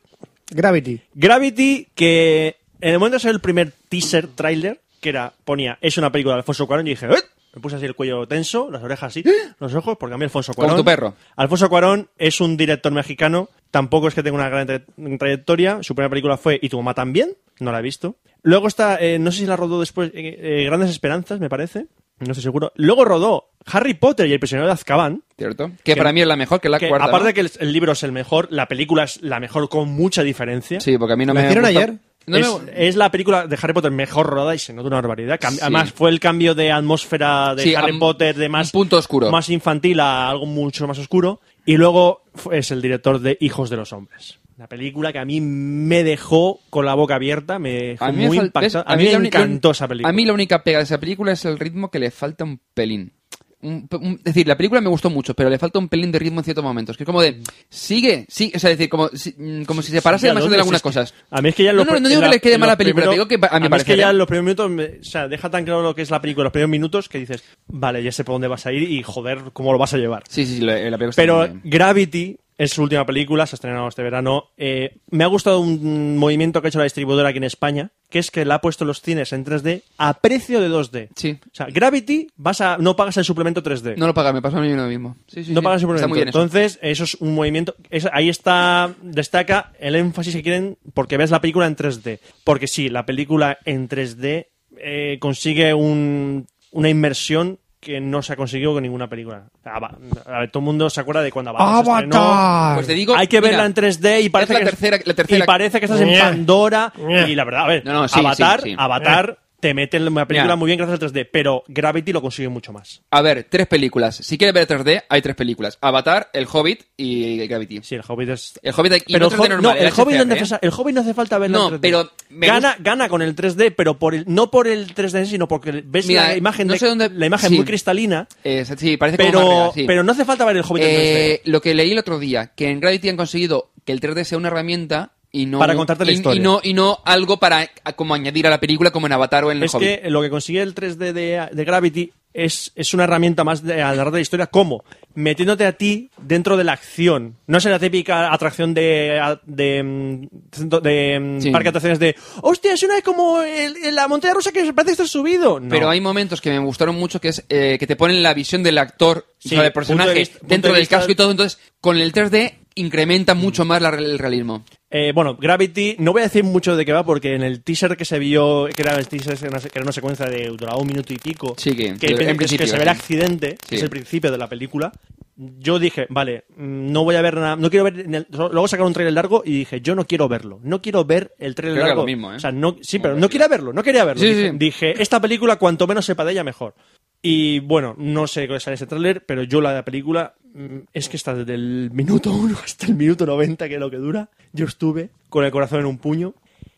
Gravity.
Gravity, que en el momento de ser el primer teaser, trailer, que era, ponía, es una película de Alfonso Cuarón, y dije, "¿Eh?". Me puse así el cuello tenso, las orejas así, los ojos, porque a mí Alfonso
Como
Cuarón.
tu perro.
Alfonso Cuarón es un director mexicano, tampoco es que tenga una gran tra- trayectoria. Su primera película fue Y tu mamá también, no la he visto. Luego está, eh, no sé si la rodó después, eh, eh, Grandes Esperanzas, me parece, no estoy seguro. Luego rodó Harry Potter y el prisionero de Azkaban.
¿Cierto? Que para mí es la mejor, que es la
que
cuarta.
aparte
¿no?
de que el, el libro es el mejor, la película es la mejor con mucha diferencia
Sí, porque a mí no
¿La
me.
hicieron
gusta-
ayer?
No
es,
me-
es la película de Harry Potter mejor rodada y se nota una barbaridad. Cam-
Sí.
Además, fue el cambio de atmósfera de
Sí,
Harry
am-
Potter de más,
un punto oscuro.
más infantil a algo mucho más oscuro. Y luego fu- es el director de Hijos de los Hombres. La película que a mí me dejó con la boca abierta, me dejó
A mí, me
muy
fal-
impactado.
¿ves?
A mí me
la uni- la un-
encantó esa película.
A mí la única pega de esa película es el ritmo que le falta un pelín. Un- un- es decir, la película me gustó mucho, pero le falta un pelín de ritmo en ciertos momentos. Que es como de, sigue, sí, o sea, es decir, como si, mm, como si se parase
Ya,
demasiado
¿dónde
de algunas
es que-
cosas.
A mí es que ya en
No,
los
no,
pr-
no digo
en
que le quede
en
mala
los
película,
primeros-
digo que pa- a mi
mí es que
parecer,
ya
¿eh?
en los primeros minutos, me- o sea, deja tan claro lo que es la película, los primeros minutos, que dices, vale, ya sé por dónde vas a ir y joder, cómo lo vas a llevar.
Sí, sí, sí, la, la película está muy
Pero
bien.
Gravity es su última película, se ha estrenado este verano. Eh, me ha gustado un movimiento que ha hecho la distribuidora aquí en España, que es que la ha puesto en los cines en 3D a precio de 2D.
Sí.
O sea, Gravity vas a, no pagas el suplemento 3D.
No lo paga, me pasa a mí lo mismo. Sí, sí,
No
sí,
pagas el
Está
suplemento.
muy bien eso.
Entonces, eso es un movimiento. es- ahí está, destaca el énfasis que quieren porque ves la película en 3D. Porque sí, la película en 3D eh, consigue un- una inmersión que no se ha conseguido con ninguna película. Ava- A ver, todo el mundo se acuerda de cuando Avatar. se estrenó.
Avatar.
Pues te digo,
hay que
mira,
verla en 3D y parece
es la
que
tercera- la tercera-
y parece que estás en
Ñe.
Pandora
Ñe.
y la verdad a ver
No, no, sí,
Avatar
sí, sí.
Avatar te mete en una película
Ya.
muy bien gracias al 3D pero Gravity lo consigue mucho más
A ver, tres películas. Si quieres ver 3D, hay tres películas. Avatar, El Hobbit y Gravity.
sí el Hobbit es
El Hobbit hay- y no
el,
3D
Hobbit-
normal,
no, el Hobbit no es
HCR, ¿eh?
necesa- el Hobbit no hace falta verlo
No,
en 3D.
pero me
gana, gana con el 3D, pero por el, no por el 3D, sino porque ves
Mira, eh,
la imagen,
no
de-
sé dónde-
la imagen
sí.
muy cristalina,
Eh, sí, parece como más
pero,
real, sí.
pero no hace falta ver el Hobbit
Eh,
en 3D.
lo que leí el otro día, que en Gravity han conseguido que el 3D sea una herramienta y no
Para contarte la
y-
historia.
y no y no algo para a- como añadir a la película como en Avatar o en
Es
el Hobbit.
que lo que consigue el 3D de, de Gravity es, es una herramienta más de a narrar la historia, como metiéndote a ti dentro de la acción. No es la típica atracción de, a- de, mm, centro- de, mm,
Sí.
parque de atracciones de ¡Hostia, es una como el- el- la montaña rusa que parece estar subido! No.
Pero hay momentos que me gustaron mucho que es eh, que te ponen la visión del actor,
Sí,
o sea, del
punto de
personaje
vista- punto
dentro
de
del
vista- Mm.
casco y todo, entonces con el 3D incrementa mucho más la- el realismo.
Eh, bueno, Gravity, no voy a decir mucho de qué va porque en el teaser que se vio, que era, el teaser, que era una- que era una secuencia de duraba un minuto y pico,
Sí, que-
que,
en
es que
principio,
se ve el
sí.
accidente, que
Sí.
es el principio de la película, yo dije, vale, mm, no voy a ver nada, no quiero ver, en el- luego sacaron un trailer largo y dije, yo no quiero verlo, no quiero ver el trailer
Creo que era
largo.
lo mismo, ¿eh?
O sea, no, sí,
Como
pero no
decía.
quería verlo, no quería verlo.
Sí,
dije,
sí.
dije, esta película cuanto menos sepa de ella mejor. Y bueno, no sé qué sale ese tráiler, pero yo la película mm, es que está desde el minuto 1 hasta el minuto 90, que es lo que dura. Yo estuve con el corazón en un puño.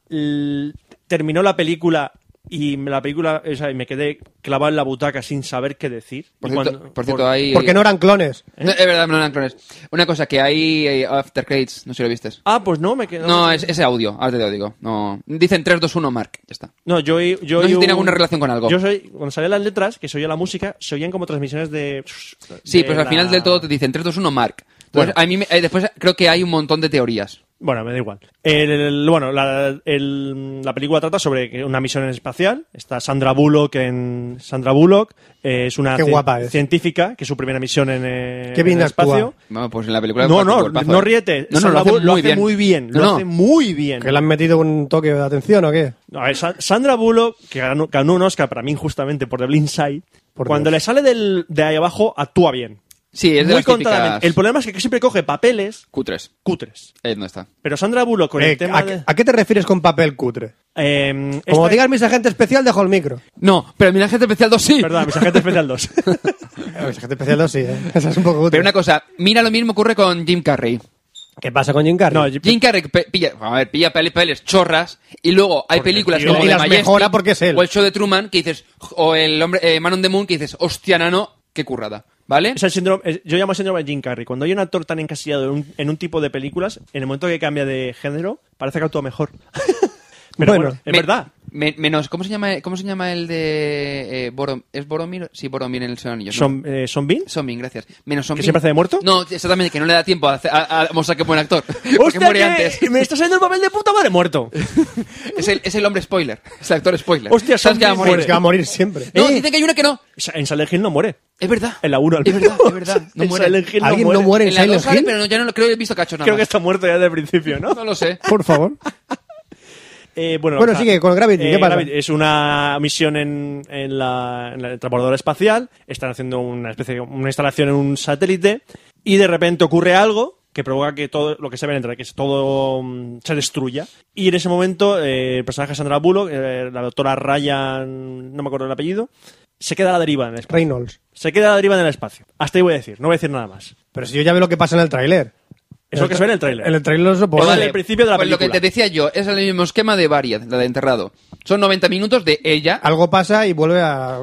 L- terminó la película y me- la película o sea, y me quedé clavado en la butaca sin saber qué decir.
Por
Y
cierto,
cuando-
por cierto, hay...
Porque no eran clones.
No, es verdad, no eran clones. Una cosa, que hay eh, After Credits, no sé si lo viste.
Ah, pues no, me quedé.
No, es, ese audio, ahora te lo digo. No. Dicen 3, 2, 1, Mark. Ya está.
No, yo, oí- yo
No
oí
sé si tiene
un-
alguna relación con algo.
Yo soy, cuando salían las letras, que se oía la música, se oían como transmisiones de.
Sí,
de
pues al
la-
final del todo te dicen 3, 2, 1, Mark. Entonces,
Bueno.
a mí me- eh, después creo que hay un montón de teorías.
Bueno, me da igual. El, el- bueno, la, el- la película trata sobre que una misión espacial. Está Sandra Bullock en Sandra Bullock. eh, es una
Qué
cien-
guapa es.
científica, que es su primera misión en, eh,
Qué bien
en el
actúa.
espacio.
No, pues en la película...
No,
hace un
no,
cuerpazo,
no
eh.
ríete.
No, no,
Sandra
lo hace
Bullock
muy bien.
muy bien.
No,
lo
no.
hace muy bien.
¿Que le han metido un toque de atención o qué?
No, a ver, Sa- Sandra Bullock, que ganó, ganó un Oscar para mí injustamente por The Blind Side,
Por
cuando
Dios.
le sale del, de ahí abajo, actúa bien.
Sí, es de
Muy
las típicas...
contadamente. El problema es que siempre coge papeles
Cutres.
cutres.
Eh, no está.
Pero Sandra Bullock con
Eh,
el tema
¿a,
de...
a qué te refieres con papel cutre?
eh,
Como
esta-
digas mis agente especial, dejo el micro.
No, pero mira, gente especial 2 sí.
Perdón, mis agentes especial 2.
mis agente especial no, sí, ¿eh? Esa es un poco cutre.
Pero una cosa, mira lo mismo ocurre con Jim Carrey.
¿Qué pasa con Jim Carrey?
No,
Jim Carrey pe- pilla, a ver, pilla peli- pelis chorras y luego hay
Porque,
películas
tío,
como
y
The
las
Majestic,
mejora porque es él.
o el show de Truman que dices o el hombre eh, Man on the Moon que dices hostia nano qué currada ¿vale?
Es el síndrome, es- yo llamo síndrome de Jim Carrey. Cuando hay un actor tan encasillado en un, en un tipo de películas, en el momento que cambia de género, parece que actúa mejor. Pero bueno,
Bueno,
es
Me-
verdad.
me- menos ¿cómo se llama cómo se llama el de eh, Borom- es Boromir sí Boromir en el Señor de los Anillos,
Son,
¿no?
eh, ¿Son Bean?
Zombie, gracias. Menos Zombie.
siempre hace de muerto?
No, exactamente, que no le da tiempo a, hacer- a, a mostrar que es buen actor. Porque
¡Hostia,
muere
que
antes.
me está saliendo el papel de puta madre muerto!
Es el, es el hombre spoiler. Es el actor spoiler.
Hostia,
Sabes que va a
Zombie
Pues
morir.
que va a morir siempre.
No,
Eh.
dicen que hay una que no.
En Silent Hill no muere.
Es verdad.
En la 1 al
Es
menos.
verdad, es verdad. No
En
muere.
Silent Hill
¿Alguien no muere en
En la dos
Silent
sale,
Hill?
pero no, ya no lo creo, he visto cacho nada
Creo que
más.
está muerto ya desde el principio, ¿no?
No lo sé.
Por favor.
Eh, bueno, eh,
Bueno, sigue con Gravity, ¿qué pasa?
Gravity es una misión en, en la, en la transbordadora espacial. Están haciendo una especie de una instalación en un satélite y de repente ocurre algo que provoca que todo lo que se ve dentro, que todo mm, se destruya. Y en ese momento, eh, el personaje de Sandra Bullock, eh, la doctora Ryan, no me acuerdo el apellido, se queda a la deriva en el espacio.
Reynolds.
Se queda a la deriva en el espacio. Hasta ahí voy a decir, no voy a decir nada más.
Pero si yo ya veo lo que pasa en el tráiler.
Es lo que se ve en el tráiler.
En el tráiler no se puede
Pues
ver.
vale. el principio de la
pues lo que
película.
te decía yo, es el mismo esquema de Varied, la de enterrado. Son 90 minutos de ella.
Ah,
Algo pasa y vuelve a...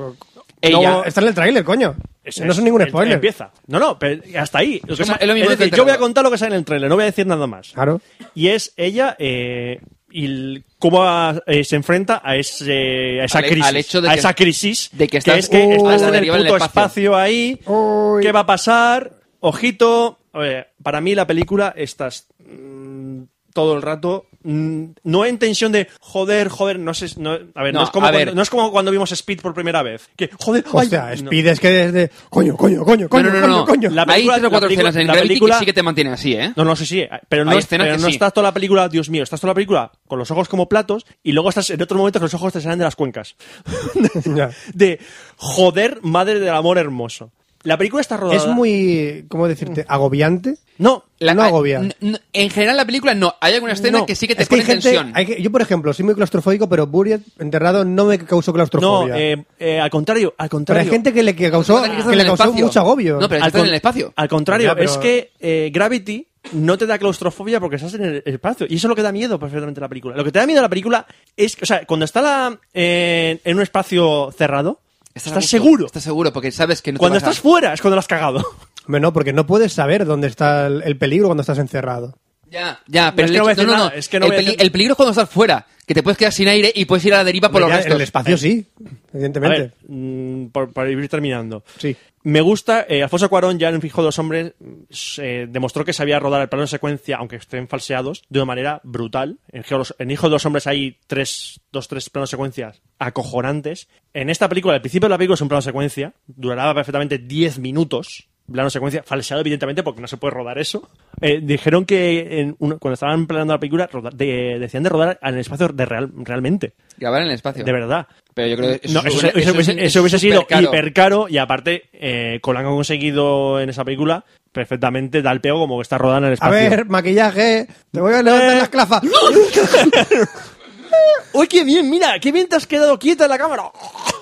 Ella-
No, está en el tráiler, coño.
Ese
no
es
son ningún
el-
spoiler.
Empieza. No, no, pero hasta ahí. Lo que
como-
sa-
es lo mismo que
decir,
el
yo voy a
trailer.
contar lo que sale en el trailer, no voy a decir nada más.
Ah.
Claro.
Y es ella eh, y el- cómo a- eh, se enfrenta a, ese, a esa
Al e-
crisis.
al hecho de
a
que-
esa crisis
de que estás-
es que
Uh,
estás
a
en
la
el
deriva
puto
en el espacio.
espacio ahí.
Uy.
¿Qué va a pasar? Ojito. Oye, para mí la película estás mm, todo el rato mm, no en tensión de joder, joder, no sé, no, a ver, no,
No,
es como
a ver.
cuando, no es como cuando vimos Speed por primera vez, que joder,
O
ay,
sea,
no.
Speed es que desde... Coño, coño, coño, coño,
no, no, no, no.
coño, coño.
La película-
Hay tres o
la
cuatro
película-
escenas en
la
Gravity
película-
que sí que te mantienen así, ¿eh?
No, no sé si, pero no,
Hay
es-
escenas
pero
que
no
sí.
estás toda la película, Dios mío, estás toda la película con los ojos como platos y luego estás en otros momentos los ojos te salen de las cuencas.
Ya.
de joder, madre del amor hermoso. La película está rodada.
Es muy, ¿cómo decirte? Agobiante.
No,
La-
no
hay-
agobia.
n- n- En general, la película no. Hay alguna escena
No,
que sí que te
es que hay
pone
gente,
tensión.
hay que- yo, por ejemplo, soy muy claustrofóbico, pero Buried enterrado no me causó claustrofobia.
no, eh, eh, al contrario, al
pero
contrario.
hay gente que le que causó,
Recuerda que estás
que
en
le
el
causó
espacio.
mucho agobio.
No, pero
Al
estás en
con-
el espacio.
Al contrario,
Ya, pero-
es que eh, Gravity no te da claustrofobia porque estás en el espacio. Y eso es lo que da miedo perfectamente a la película. Lo que te da miedo a la película es que, o sea, cuando está la, eh, en un espacio cerrado, estás,
a gusto,
seguro.
Estás seguro, porque sabes que no te
Cuando
vas a-
estás fuera es cuando lo has cagado.
Hombre, no, porque no puedes saber dónde está el, el peligro cuando estás encerrado.
Ya, ya,
No,
pero
es
el
que no voy a
hecho-
decir
no, no,
nada, es que no
el,
voy a
peli-
decir-
el peligro es cuando estás fuera, que te puedes quedar sin aire y puedes ir a la deriva por los
Ya,
restos.
el espacio sí,
A
evidentemente.
ver, mm, por- para ir terminando.
Sí.
Me gusta, eh, Alfonso Cuarón ya en Fijo dos Hombres mm, se- demostró que sabía rodar el plano de secuencia, aunque estén falseados, de una manera brutal. En, Geos- en Hijo de dos Hombres hay tres, dos, tres planos secuencias acojonantes. En esta película, al principio de la película es un plano secuencia, durará perfectamente 10 minutos. Plano secuencia falseado, evidentemente, porque no se puede rodar eso. Eh, dijeron que en uno- cuando estaban planeando la película roda- de- decían de rodar en el espacio de real, realmente,
Grabar en el espacio.
de verdad.
Pero yo creo que
No, eso,
es-
eso hubiese,
es-
eso hubiese
es
sido
supercaro.
hiper caro y aparte, eh, con lo que han conseguido en esa película, perfectamente da el pego como que está rodada en el
A
espacio.
Eh. ver, maquillaje, te voy a levantar
Eh.
las clafas.
¡Uy, qué bien! Mira, qué bien te has quedado quieta en la cámara.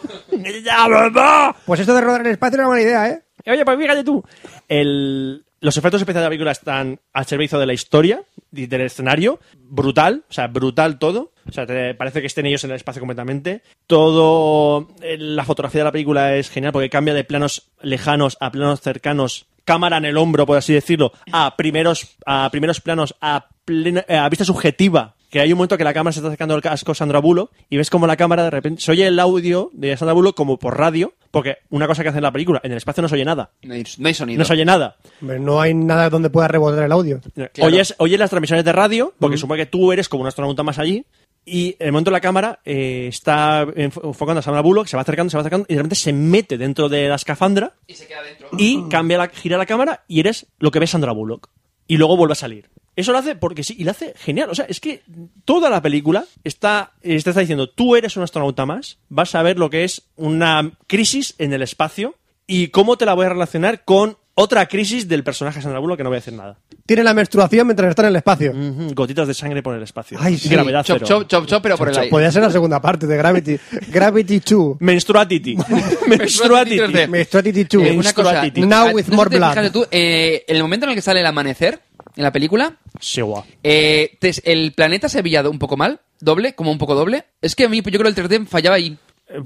¡Ya, mamá!
Pues esto de rodar en el espacio era una buena idea, ¿eh?
Oye, pues fíjate tú. El- los efectos especiales de la película están al servicio de la historia y del escenario. Brutal, o sea, brutal todo. O sea, te parece que estén ellos en el espacio completamente. Todo. eh, La fotografía de la película es genial porque cambia de planos lejanos a planos cercanos. Cámara en el hombro, por así decirlo, a primeros, a primeros planos, a, plena- eh, a vista subjetiva. Que hay un momento que la cámara se está acercando al casco Sandra Bulo y ves como la cámara de repente se oye el audio de Sandra Bulo como por radio, porque una cosa que hace en la película, en el espacio no se oye nada.
No hay, no hay sonido.
No se oye nada.
Hombre, No hay nada donde pueda rebotar el audio.
Oyes, oyes las transmisiones de radio, porque supone que tú eres como un astronauta más allí, y en el momento de la cámara eh, está enfo- enfocando a Sandra Bullock, se va acercando, se va acercando, y de repente se mete dentro de la escafandra
Y se queda dentro.
y cambia la, gira la cámara y eres lo que ve Sandra Bullock. Y luego vuelve a salir. Eso lo hace porque sí, y lo hace genial. O sea, es que toda la película está, eh, te está diciendo, tú eres un astronauta más, vas a ver lo que es una crisis en el espacio y cómo te la voy a relacionar con otra crisis del personaje de Sandra Bullock, que no voy a decir nada.
Tiene la menstruación mientras está en el espacio.
Mm,
Ujú, Gotitas de sangre por el espacio.
Ay, sí.
Gravedad
chop,
cero.
chop, chop, chop, pero por el aire. Eh,
Podría ser la segunda parte de Gravity. Gravity 2.
Menstruatity.
Menstruatity
Menstruatity.
3D.
Menstruatity
Eh,
2.
una cosa,
Menstruatity.
Now
ah,
with
no sé si
more
te
blood.
fijaste tú, eh, el momento en el que sale el amanecer en la película,
Sí, guau.
eh, te- el planeta se veía un poco mal, doble, como un poco doble. Es que a mí, yo creo que el 3D fallaba ahí.
Eh,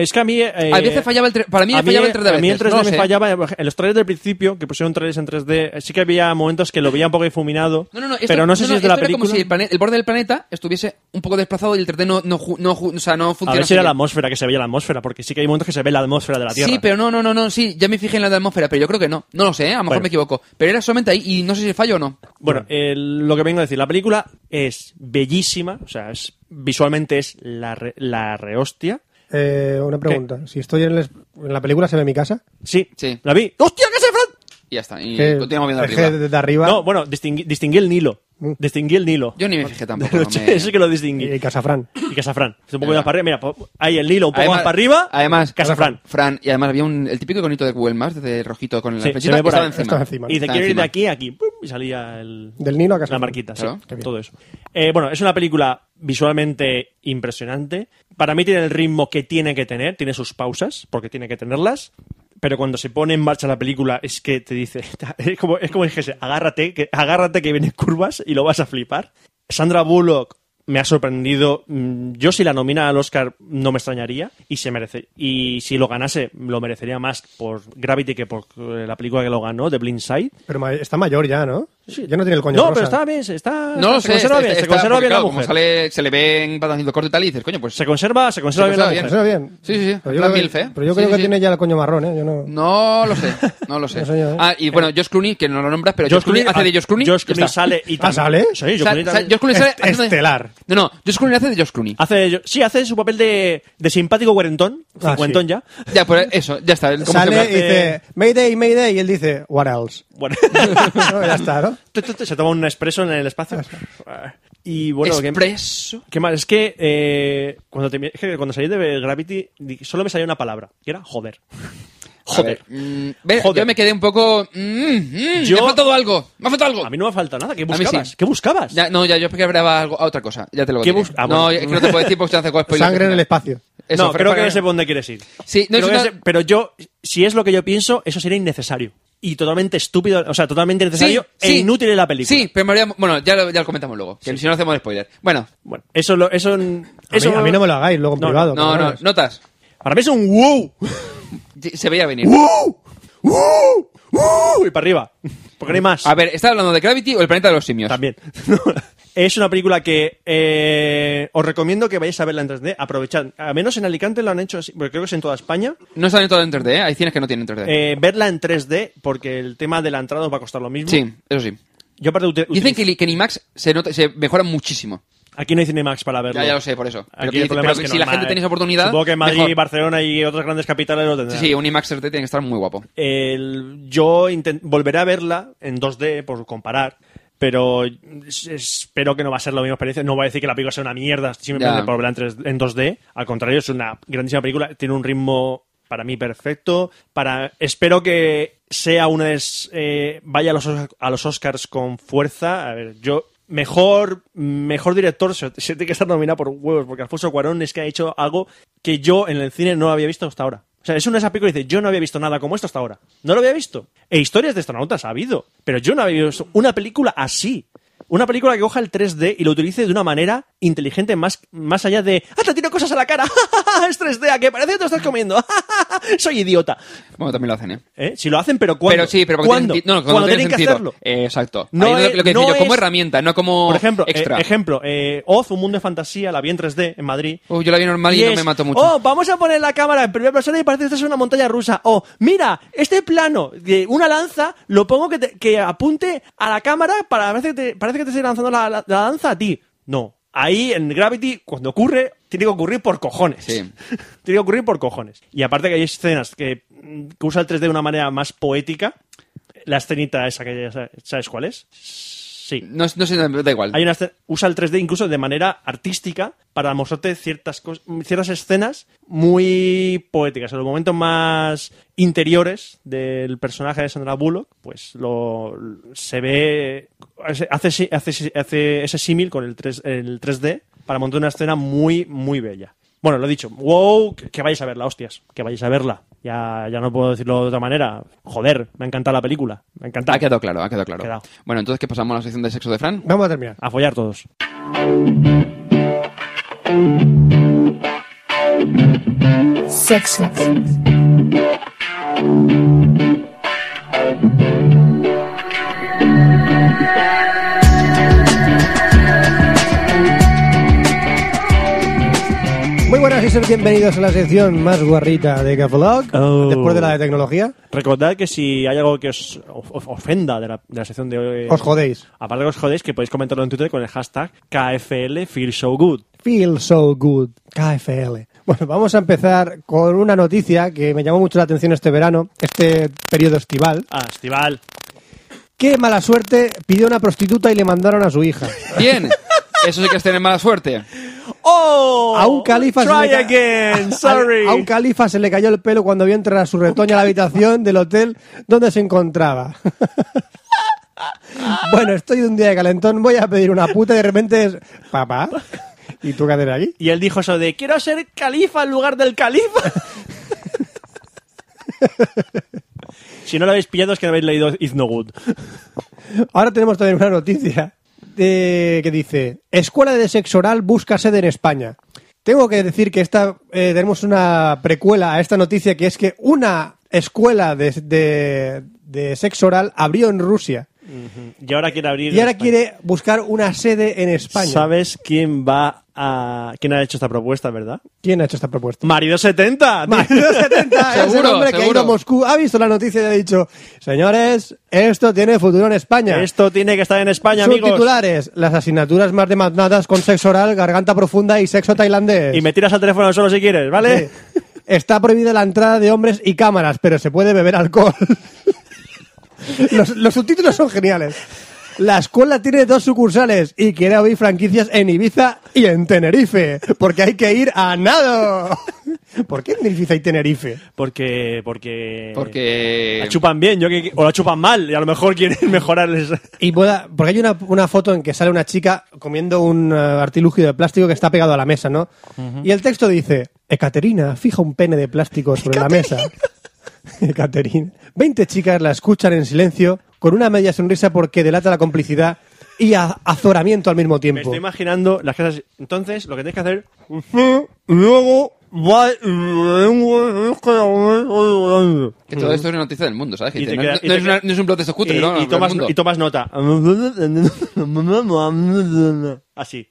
Es que a mí. eh,
A veces fallaba el tre- para mí
a
fallaba el 3D a
A mí el
veces,
3D
no lo
me
sé.
fallaba. eh, En los trailers del principio, que pusieron trailers en 3D, eh, sí que había momentos que lo veía un poco difuminado.
No, no, no, esto-
pero no sé si es de la
esto era
película.
como si el, plane- el borde del planeta estuviese un poco desplazado y el 3D no, no, ju- no ju- o sea, no
a
funciona.
ver si era
así.
la atmósfera, que se veía la atmósfera, porque sí que hay momentos que se ve la atmósfera de la Tierra.
Sí, pero no, no, no, no, sí, ya me fijé en la de atmósfera, pero yo creo que no. No lo sé, ¿eh? a lo mejor
Bueno.
me equivoco. Pero era solamente ahí y no sé si fallo o no.
Bueno, el- lo que vengo a decir, la película es bellísima, o sea, es, visualmente es la, re- la rehostia.
Eh, una pregunta. Si estoy en, el es- en la película, ¿se ve mi casa?
Sí,
Sí.
la vi. ¡Hostia, qué se Fran!
Y ya está, y
Eh,
Que-
continuamos viendo
es
arriba.
que desde arriba.
No, bueno, distingui- distinguí el Nilo. Distinguí el Nilo.
Yo ni me fijé tampoco. no me-
Eso que lo distinguí.
Y Casafrán.
Y Casafrán. Es un poco más para arriba. Mira, po- ahí el Nilo un poco más para arriba.
Además,
Casafrán.
Fran, y además había un, el típico iconito de Google Maps, de rojito con la
Sí,
flechita,
se ve por
estaba
ahí,
encima.
estaba encima.
Y te
Está
quiero ir de
encima.
aquí a aquí. ¡pum! Y salía el.
Del Nilo a
La
Casafrán.
marquita, sí.
Claro.
Qué bien.
Todo eso. Eh, bueno, es una película visualmente impresionante. Para mí tiene el ritmo que tiene que tener, tiene sus pausas, porque tiene que tenerlas. Pero cuando se pone en marcha la película, es que te dice. Es como, es como dijese, agárrate que, agárrate que vienen curvas y lo vas a flipar. Sandra Bullock me ha sorprendido. Mm, Yo, si la nomina al Oscar, no me extrañaría. Y se merece. Y si lo ganase, lo merecería más por Gravity que por eh, la película que lo ganó, de Blind Side.
Pero ma- está mayor ya, ¿no? Ya no tiene el coño
No,
rosa.
pero está bien, se- está.
No lo
se
sé,
conserva
está-
bien,
está-
se conserva
porque,
bien la
claro, como
mujer.
sale, se le ve en pantaloncito corto y tal, y dices, coño, pues...
Se conserva, se conserva
Se
bien la
conserva
mujer.
bien.
Eso está bien.
Sí, sí, sí.
Pero yo
Una
creo que,
milf, ¿eh?
pero yo
Sí,
creo
sí,
que
sí.
tiene ya el coño marrón, ¿eh? Yo no...
No lo sé, no lo sé.
No sé yo, ¿eh?
Ah, y bueno, Josh Clooney, que no lo nombras, pero
George
Josh Clooney hace de Josh Clooney.
George
ya
Clooney
está.
sale y
Ah,
también-
¿sale?
Sí, George
Sa-
Clooney
sa-
también-
George Clooney sale
Est-
haciendo de-
estelar.
No, no, Josh Clooney hace de Josh Clooney.
Hace de George- sí, hace su papel de, de simpático cuarentón,
Ah,
cincuentón
sí.
ya.
Ya, pues eso, ya está. el- como
Sale eh,
siempre.
y dice, Mayday, Mayday, y él dice, what else?
Bueno,
No, ya está, ¿no?
Tu, tu, tu, se toma un expreso en el espacio. Y bueno, que-
Expreso.
¿Qué más? Es que eh, cuando, te- es que cuando salí de Gravity di- solo me salió una palabra, que era joder. Joder.
A ver, mm, ve,
Joder.
Yo me quedé un poco... mm, mm,
Yo-
Me ha faltado algo, me ha faltado algo.
A mí no me ha faltado nada. ¿Qué
mí sí.
buscabas? ¿Qué buscabas?
Ya, no, ya, yo esperaba algo, a otra cosa. Ya te lo
¿Qué
diré.
bus- ah,
No,
bueno.
es que no te puedo decir porque te hace con spoiler.
Sangre en el espacio.
Eso,
no,
pero
creo
para-
que ese por donde quieres ir.
Sí,
Creo
no, es
que
una-
ese- pero yo, si es lo que yo pienso, eso sería innecesario. Y totalmente estúpido, o sea, totalmente
Sí,
necesario e
sí.
inútil en la película.
Sí, pero me habría- Bueno, ya lo, ya lo comentamos luego. Que si no hacemos spoiler. Bueno,
Bueno, eso, lo, eso,
A mí,
eso
a mí no me lo hagáis luego en
No,
privado.
no,
por
no,
favor.
notas.
Para mí es un wow.
Sí, Se veía venir.
¡Wow! ¡Wow! ¡Wow! Y para arriba. Porque no hay más.
A ver, ¿estás hablando de Gravity o el planeta de los simios?
También. es una película que eh, os recomiendo que vayáis a verla en 3D. Aprovechad. Al menos en Alicante lo han hecho así, porque creo que es en toda España.
No están en todo en 3D, ¿eh? Hay cines que no tienen 3D.
Eh, verla en 3D, porque el tema de la entrada os va a costar lo mismo.
sí, eso sí.
Yo aparte uti-
Dicen
utilizo-
que, li- que en IMAX se, nota, se mejora muchísimo.
Aquí no hay Cinemax para verlo.
Ya, ya lo sé, por eso. Pero,
Aquí
que
el
dice-
problema
pero
es
que
que
si la
normal,
gente
eh.
tenéis oportunidad.
Supongo que Madrid,
mejor.
Barcelona y otras grandes capitales lo
Sí,
tendrán.
sí, un IMAX 3D tiene que estar muy guapo.
El- yo inten- volveré a verla en 2D por comparar, pero es- espero que no va a ser la misma experiencia. No voy a decir que la película sea una mierda simplemente
Ya.
por verla en, 3D en 2D. Al contrario, es una grandísima película. Tiene un ritmo para mí perfecto. Para espero que sea una es- eh, vaya a los, Oscar- a los Oscars con fuerza. A ver, yo mejor, mejor director se, se tiene que estar nominado por huevos, porque Alfonso Cuarón es que ha hecho algo que yo en el cine no había visto hasta ahora. O sea, es una de esas películas que dice, yo no había visto nada como esto hasta ahora. No lo había visto. E historias de astronautas ha habido, pero yo no había visto una película así. Una película que coja el 3D y lo utilice de una manera inteligente más, más allá de ¡Ah, te tiro cosas a la cara! ¡Es 3D! ¿A que parece que te lo estás comiendo? ¡Soy idiota!
Bueno, también lo hacen, ¿eh?
¿Eh? Si lo hacen, pero ¿cuándo?
Pero sí, pero porque
¿Cuándo?
tiene senti- no, no, cuando
Cuando
tiene
tienen que
sentido.
hacerlo.
Eh, exacto.
No
Ahí es
es-
lo que decía
no
yo, como
es-
herramienta, no como
Por ejemplo, eh,
extra.
ejemplo eh, Oz, un mundo de fantasía, la vi en 3D en Madrid.
Uy, Uh, yo la vi normal y, no
es,
me mató mucho.
Oh, vamos a poner la cámara en primera persona y parece que esto es una montaña rusa. O, mira, este plano de una lanza lo pongo que, te- que apunte a la cámara para parece que te, parece que te estoy lanzando la, la- la lanza a ti. No. Ahí en Gravity, cuando ocurre, tiene que ocurrir por cojones.
Sí.
tiene que ocurrir por cojones. Y aparte que hay escenas que, que usa el 3D de una manera más poética. La escenita esa que ya sabes- sabes cuál es. Sí.
No, no sé, da igual.
Hay una escena- usa el 3D incluso de manera artística para mostrarte ciertas, cos- ciertas escenas muy poéticas. En los momentos más interiores del personaje de Sandra Bullock, pues lo se ve. Hace, si- hace, si- hace ese símil con el, 3, el 3D para montar una escena muy, muy bella. Bueno, lo he dicho. Wow, que que vayáis a verla, hostias. Que vayáis a verla. Ya, ya no puedo decirlo de otra manera. Joder, me ha encantado la película. Me ha encantado.
Ha quedado claro, ha quedado claro.
Quedado.
Bueno, entonces, ¿qué pasamos a la sección de sexo de Fran?
Vamos a terminar.
A follar todos.
Sexo.
Muy buenas y ser bienvenidos a la sección más guarrita de Cafelog.
Oh.
Después de la de tecnología,
Recordad que si hay algo que os of- of- ofenda de la, de la sección de hoy. eh,
os jodéis.
Aparte que os jodéis, que podéis comentarlo en Twitter con el hashtag KFL Feel So Good.
Feel so good, KFL. Bueno, vamos a empezar con una noticia que me llamó mucho la atención este verano, este periodo estival.
Ah, Estival.
Qué mala suerte pidió una prostituta y le mandaron a su hija.
Bien, eso sí que es tener mala suerte.
¡Oh!
A un califa se
¡Try
le ca-
again! ¡Sorry!
A, a un califa se le cayó el pelo cuando vio entrar a su retoño a la habitación del hotel donde se encontraba. bueno, estoy un día de calentón, voy a pedir una puta y de repente es... Papá, ¿y tú qué haces aquí?
y él dijo eso de quiero ser califa en lugar del califa. si no lo habéis pillado es que no habéis leído It's No Good.
Ahora tenemos también una noticia de- que dice: Escuela de sexo oral busca sede en España. Tengo que decir que esta, eh, tenemos una precuela a esta noticia que es que una escuela de, de- de sexo oral abrió en Rusia
Y ahora quiere abrir...
y ahora
España.
quiere buscar una sede en España.
¿Sabes quién va a... quién ha hecho esta propuesta, verdad?
¿Quién ha hecho esta propuesta?
Marido 70. tío.
Marido 70 es el
Seguro,
hombre que ha ido
seguro.
a Moscú, ha visto la noticia y ha dicho: Señores, esto tiene futuro en España.
Esto tiene que estar en España,
Sus
amigos.
titulares, las asignaturas más demandadas con sexo oral, garganta profunda y sexo tailandés.
Y me tiras al teléfono solo si quieres, ¿vale?
Sí. Está prohibida la entrada de hombres y cámaras, pero se puede beber alcohol. los, los subtítulos son geniales. La escuela tiene dos sucursales y quiere abrir franquicias en Ibiza y en Tenerife, porque hay que ir a nado. ¿Por qué en Ibiza y Tenerife?
Porque. Porque.
Porque.
La chupan bien, yo que, o la chupan mal, y a lo mejor quieren mejorarles.
Y pueda- porque hay una, una foto en que sale una chica comiendo un eh, artilugio de plástico que está pegado a la mesa, ¿no? Y el texto dice, Ekaterina, fija un pene de plástico sobre la mesa. Ekaterina. Veinte chicas la escuchan en silencio con una media sonrisa porque delata la complicidad y a- azoramiento al mismo
Me
tiempo.
estoy imaginando las cosas. Entonces, lo que tenéis que hacer. Usted luego va. y-
Que todo esto es una noticia del mundo, ¿sabes? Que
Mm. Y te
no,
queda-
no-
y
no
te
es
queda-
una- no es un protesto cutre, ¿no?
y,
Del
tomas,
mundo.
y tomas nota. Así.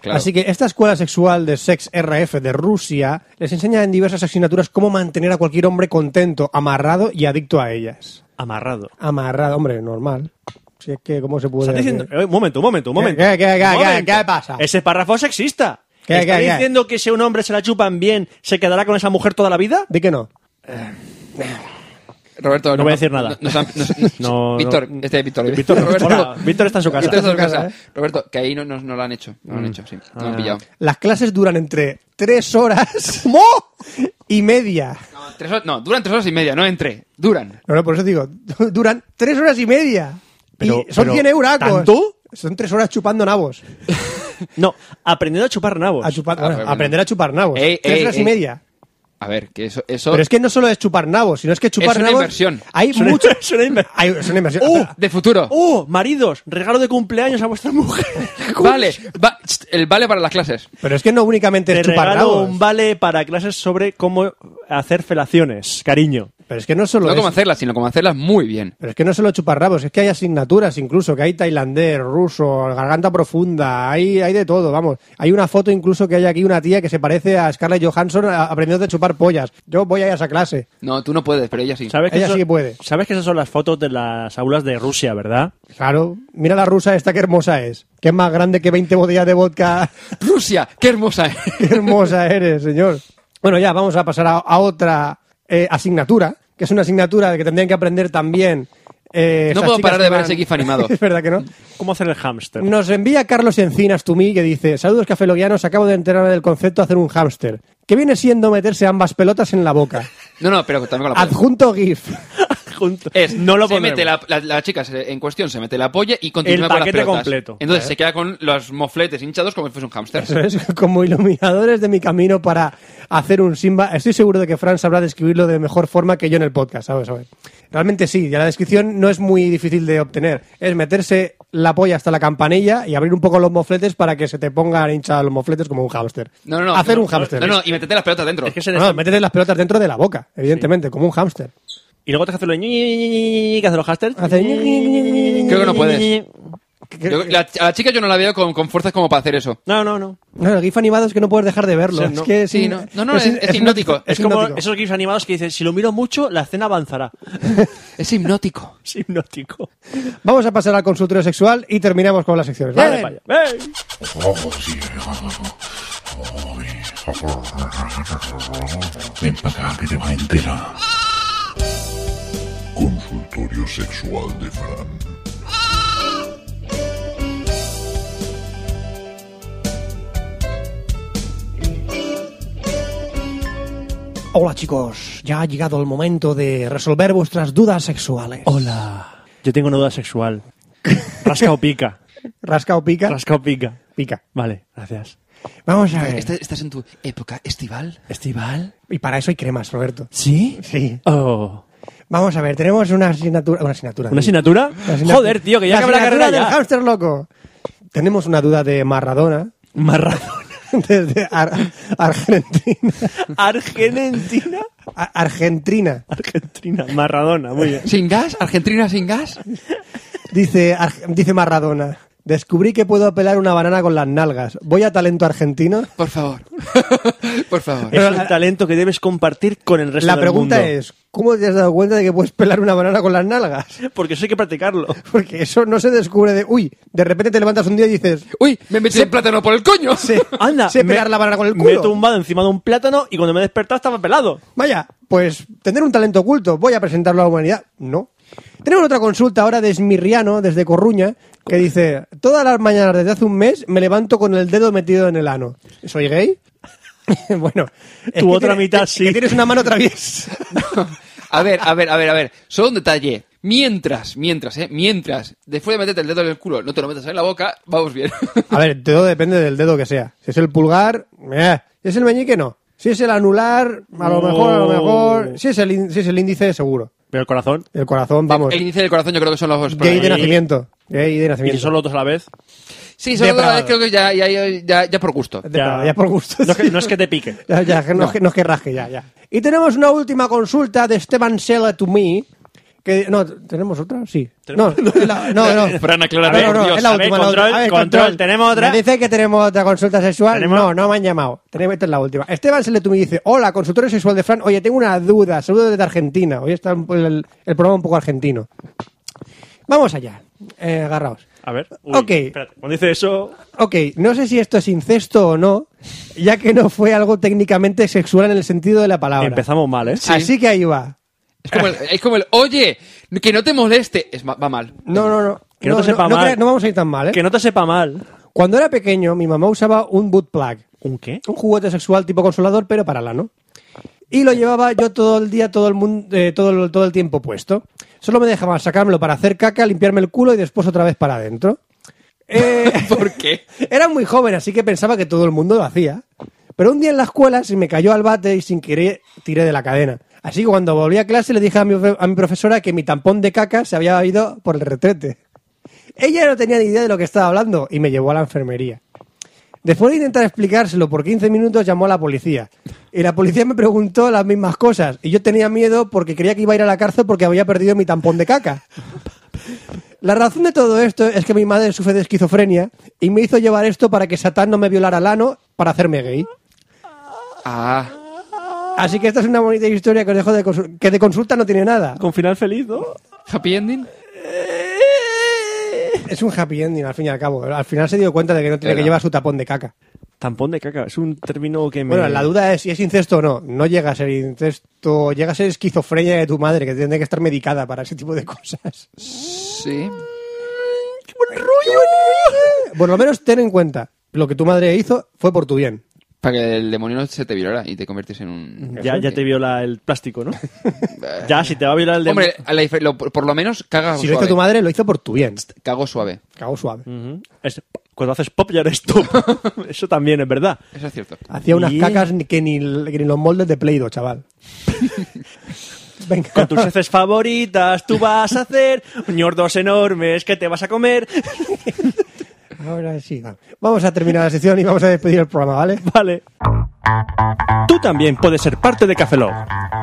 Claro.
Así que esta escuela sexual de Sex RF de Rusia les enseña en diversas asignaturas cómo mantener a cualquier hombre contento, amarrado y adicto a ellas.
Amarrado.
Amarrado, hombre, normal. Si es que, ¿cómo se puede...?
Está diciendo,
hacer?
eh, un momento, un momento, un
¿Qué,
momento.
qué, qué, qué,
Un
qué,
momento.
qué pasa?
Ese párrafo sexista.
¿Qué,
¿Está
qué, qué?
diciendo que si a un hombre se la chupan bien, se quedará con esa mujer toda la vida?
Di que no.
Roberto,
No voy a decir nada.
nos han- nos- nos-
No,
Víctor,
no.
este es Víctor.
Víctor,
Roberto-
hola, Víctor está en su casa.
Víctor está en su
Está en su
casa. Roberto, que ahí no, nos- no lo han hecho. No lo han hecho, sí. No lo han
Ah.
pillado.
Las clases duran entre tres horas y media.
No, tres horas- no, duran tres horas y media, no entre. Duran.
No, no, por eso digo, duran tres horas y media.
Pero-
y son
pero,
100 euros.
¿tanto?
Son tres horas chupando nabos.
No, aprendiendo Pues, a chupar nabos.
A chupar,
Ah,
bueno,
bueno.
aprender a chupar nabos.
Ey,
tres
ey,
horas
ey.
y media.
A ver, que eso. eso
Pero es que no solo es chupar nabos, sino es que chupar
Es una
nabos.
inversión.
Hay
Es una-
mucho.
es una inver-
hay- es una inversión.
¡Uh!
De futuro.
¡Oh, maridos! Regalo de cumpleaños a vuestra mujer.
vale, va- chst, el vale para las clases.
Pero es que no únicamente
Te
es chupar
regalo
nabos.
un vale para clases sobre cómo hacer felaciones, cariño.
Pero es que no solo
No
es-
como hacerlas, sino como hacerlas muy bien.
Pero es que no solo chupar rabos, es que hay asignaturas incluso, que hay tailandés, ruso, garganta profunda, hay, hay de todo, vamos. Hay una foto incluso que hay aquí una tía que se parece a Scarlett Johansson a- aprendiendo a chupar pollas. Yo voy a ir a esa clase.
No, tú no puedes, pero ella sí.
¿Sabes que
Ella
eso-
sí que puede.
Sabes que esas son las fotos de las aulas de Rusia, ¿verdad?
Claro, mira la rusa esta que hermosa es. Que es más grande que 20 botellas de vodka.
Rusia, qué hermosa es.
Qué hermosa eres, señor. Bueno, ya vamos a pasar a, a otra eh, asignatura, que es una asignatura que tendrían que aprender también. eh,
No
esas
puedo
chicas
parar
que
de ver
van-
ese gif animado.
es verdad que no.
¿Cómo hacer el hámster?
Nos envía Carlos Encinas Tumí que dice: Saludos cafeloguianos, acabo de enterarme del concepto de hacer un hámster. Que viene siendo meterse ambas pelotas en la boca.
No, no, pero también con la polla.
Adjunto GIF.
Junto-
Es,
no lo
se
pondremos.
mete la, la, la chica se- en cuestión se mete la polla y continúa
El
con las
paquete
pelotas.
completo. Eh.
Entonces se queda con los mofletes hinchados como si fuese un
Eso
hámster.
es, como iluminadores de mi camino para hacer un Simba. Estoy seguro de que Fran sabrá describirlo de mejor forma que yo en el podcast, ¿sabes? ¿sabes? Realmente sí, ya la descripción no es muy difícil de obtener. Es meterse la polla hasta la campanilla y abrir un poco los mofletes para que se te pongan hinchados los mofletes como un hámster.
No, no, no.
Hacer
No,
un hámster.
No, no, y metete las pelotas dentro.
Es que se
No,
les-
no, métete las pelotas dentro de la boca, evidentemente, como un hámster.
Y luego te hace lo de ñi, ñi, ñi, ñi, ñi, que hace los hámsters.
Hace ñi, ñi, ñi, ñi, ñi.
Creo que no puedes.
Que-
Yo- la- a la chica yo no la veo con, con fuerzas como para hacer eso.
No, no, no.
No, el GIF animado es que no puedes dejar de verlo.
O sea, no-
es que es
sí,
in-
no. No, no, es- es hipnótico.
Es, como
hipnótico.
esos gifs animados que dicen, si lo miro mucho, la escena avanzará.
Es hipnótico.
es hipnótico.
Vamos a pasar al consultorio sexual y terminamos con las secciones. ¿vale?
Vale, vaya. ¡Ey!
Ven para acá que te va a enterar. Consultorio sexual de Fran.
Hola chicos, ya ha llegado el momento de resolver vuestras dudas sexuales.
Oh. Hola. Yo tengo una duda sexual. Rasca o pica.
Rasca o pica.
Rasca o pica. Este
Pica.
Vale, gracias.
Vamos a ver.
¿Estás, estás en tu época estival?
¿Estival?
Y para eso hay cremas, Roberto.
¿Sí?
Sí.
Oh.
Vamos a ver, tenemos una asignatura. Una asignatura.
¿Una
digo.
asignatura?
Una asignatura.
Joder, tío, que ya acabé la
asignatura
carrera
del
ya.
hámster loco. Tenemos una duda de Marradona
Marradona.
desde Ar- Argentina.
¿Argentina?
A- Argentina.
Argentina. Marradona, muy bien.
¿Sin gas? ¿Argentina sin gas?
Dice, Ar- dice Marradona. Descubrí que puedo pelar una banana con las nalgas. ¿Voy a talento argentino?
Por favor. Por favor.
Es un talento que debes compartir con el resto
La
del
pregunta
mundo.
es, ¿cómo te has dado cuenta de que puedes pelar una banana con las nalgas?
Porque eso hay que practicarlo.
Porque eso no se descubre de... Uy, de repente te levantas un día y dices...
Uy, me metí el plátano por el coño.
Sé,
Anda,
sé
me-
pelar la banana con el
Me he
culo.
tumbado encima de un plátano y cuando me he despertado estaba pelado.
Vaya, pues tener un talento oculto, voy a presentarlo a la humanidad. No. Tenemos otra consulta ahora de Esmirriano, desde Corruña, que dice, todas las mañanas desde hace un mes me levanto con el dedo metido en el ano. ¿Soy gay? bueno. es
Tu
que
otra
tiene-
mitad
es
sí.
Que tienes una mano traviesa.
A ver, a ver, a ver, a ver. Solo un detalle. Mientras, mientras, eh, mientras, después de meterte el dedo en el culo, no te lo metas en la boca, vamos bien.
A ver, todo depende del dedo que sea. Si es el pulgar, eh. si es el meñique, no. Si es el anular, a lo
No.
mejor, a lo mejor. Si es el, in- si es el índice, seguro.
Pero el corazón.
El corazón, vamos.
El inicio del corazón yo creo que son los dos.
Gay de
ahí-
nacimiento. Gay de
Y si
nacimiento.
son los dos a la vez.
Sí, solo
Depravado.
la vez creo que ya, ya, ya, ya- ya por gusto.
De nada, ya por gusto.
No, es que,
sí.
no es que te pique.
Ya, ya, que no, es que- no es que rasque, ya, ya. Y tenemos una última consulta de Esteban Sela to me. Que, no, ¿tenemos otra? Sí. No, la- no, no.
Fran,
A
aclárame,
ver,
no, no,
Dios.
es la
A ver,
última. la
control,
última. A ver,
control, ¿tenemos otra?
Me dice que tenemos otra consulta sexual.
¿Tenemos?
No, no me han llamado. Tenemos, esta es la última. Esteban Seletumi dice, hola, consultorio sexual de Fran. Oye, tengo una duda. Saludos desde Argentina. Hoy está un- el, el programa un poco argentino. Vamos allá. Eh, agarraos.
A ver.
Ok.
espérate, Cuando dice eso.
Ok, no sé si esto es incesto o no, ya que no fue algo técnicamente sexual en el sentido de la palabra.
Empezamos mal, ¿eh?
Así que ahí va.
Es como, el, es como el, oye, que no te moleste. Es, ma- va mal.
No, no, no.
Que no te sepa mal.
crea- no vamos a ir tan mal, ¿eh?
Que no te sepa mal.
Cuando era pequeño, mi mamá usaba un boot plug,
¿Un qué?
un juguete sexual tipo consolador, pero para la, ¿no? Y lo llevaba yo todo el día, todo el, mundo, todo, el- todo el tiempo puesto. Solo me dejaba sacármelo para hacer caca, limpiarme el culo y después otra vez para adentro. Eh,
¿Por qué?
Era muy joven, así que pensaba que todo el mundo lo hacía. Pero un día en la escuela se me cayó al bate y sin querer tiré de la cadena. Así que cuando volví a clase le dije a mi, a mi profesora que mi tampón de caca se había ido por el retrete. Ella no tenía ni idea de lo que estaba hablando y me llevó a la enfermería. Después de intentar explicárselo por 15 minutos, llamó a la policía. Y la policía me preguntó las mismas cosas. Y yo tenía miedo porque creía que iba a ir a la cárcel porque había perdido mi tampón de caca. La razón de todo esto es que mi madre sufre de esquizofrenia y me hizo llevar esto para que Satán no me violara el ano para hacerme gay.
Ah,
Así que esta es una bonita historia que os dejo de consu- que de consulta no tiene nada.
Con final feliz, ¿no?
¿happy ending?
Eh. Es un happy ending, al fin y al cabo. Al final se dio cuenta de que no tiene que
Venga.
llevar su tapón de caca.
Tampón de caca, es un término que me...
Bueno, la duda es si es incesto o no. No llega a ser incesto, llega a ser esquizofrenia de tu madre, que tiene que estar medicada para ese tipo de cosas.
Sí.
Por lo menos ten en cuenta, lo que tu madre hizo fue por tu bien.
Para que el demonio no se te violara y te conviertes en un...
Ya, ya te viola el plástico, ¿no? ya, si te va a violar el de...
Hombre, a la difer- lo- por lo menos caga
Si lo
suave.
hizo tu madre, lo hizo por tu bien.
Cago suave.
Cago suave.
Ujú. Es- cuando haces pop ya eres tú. Eso también es verdad.
Eso es cierto.
Hacía unas
Y-
cacas ni- que ni, que ni los moldes de Play-Doh, chaval. Venga.
Con tus heces favoritas tú vas a hacer ñordos enormes que te vas a comer.
Ahora sí. va. Vamos a terminar la sesión y vamos a despedir el programa, ¿vale?
Vale. Tú también puedes ser parte de Cafelog.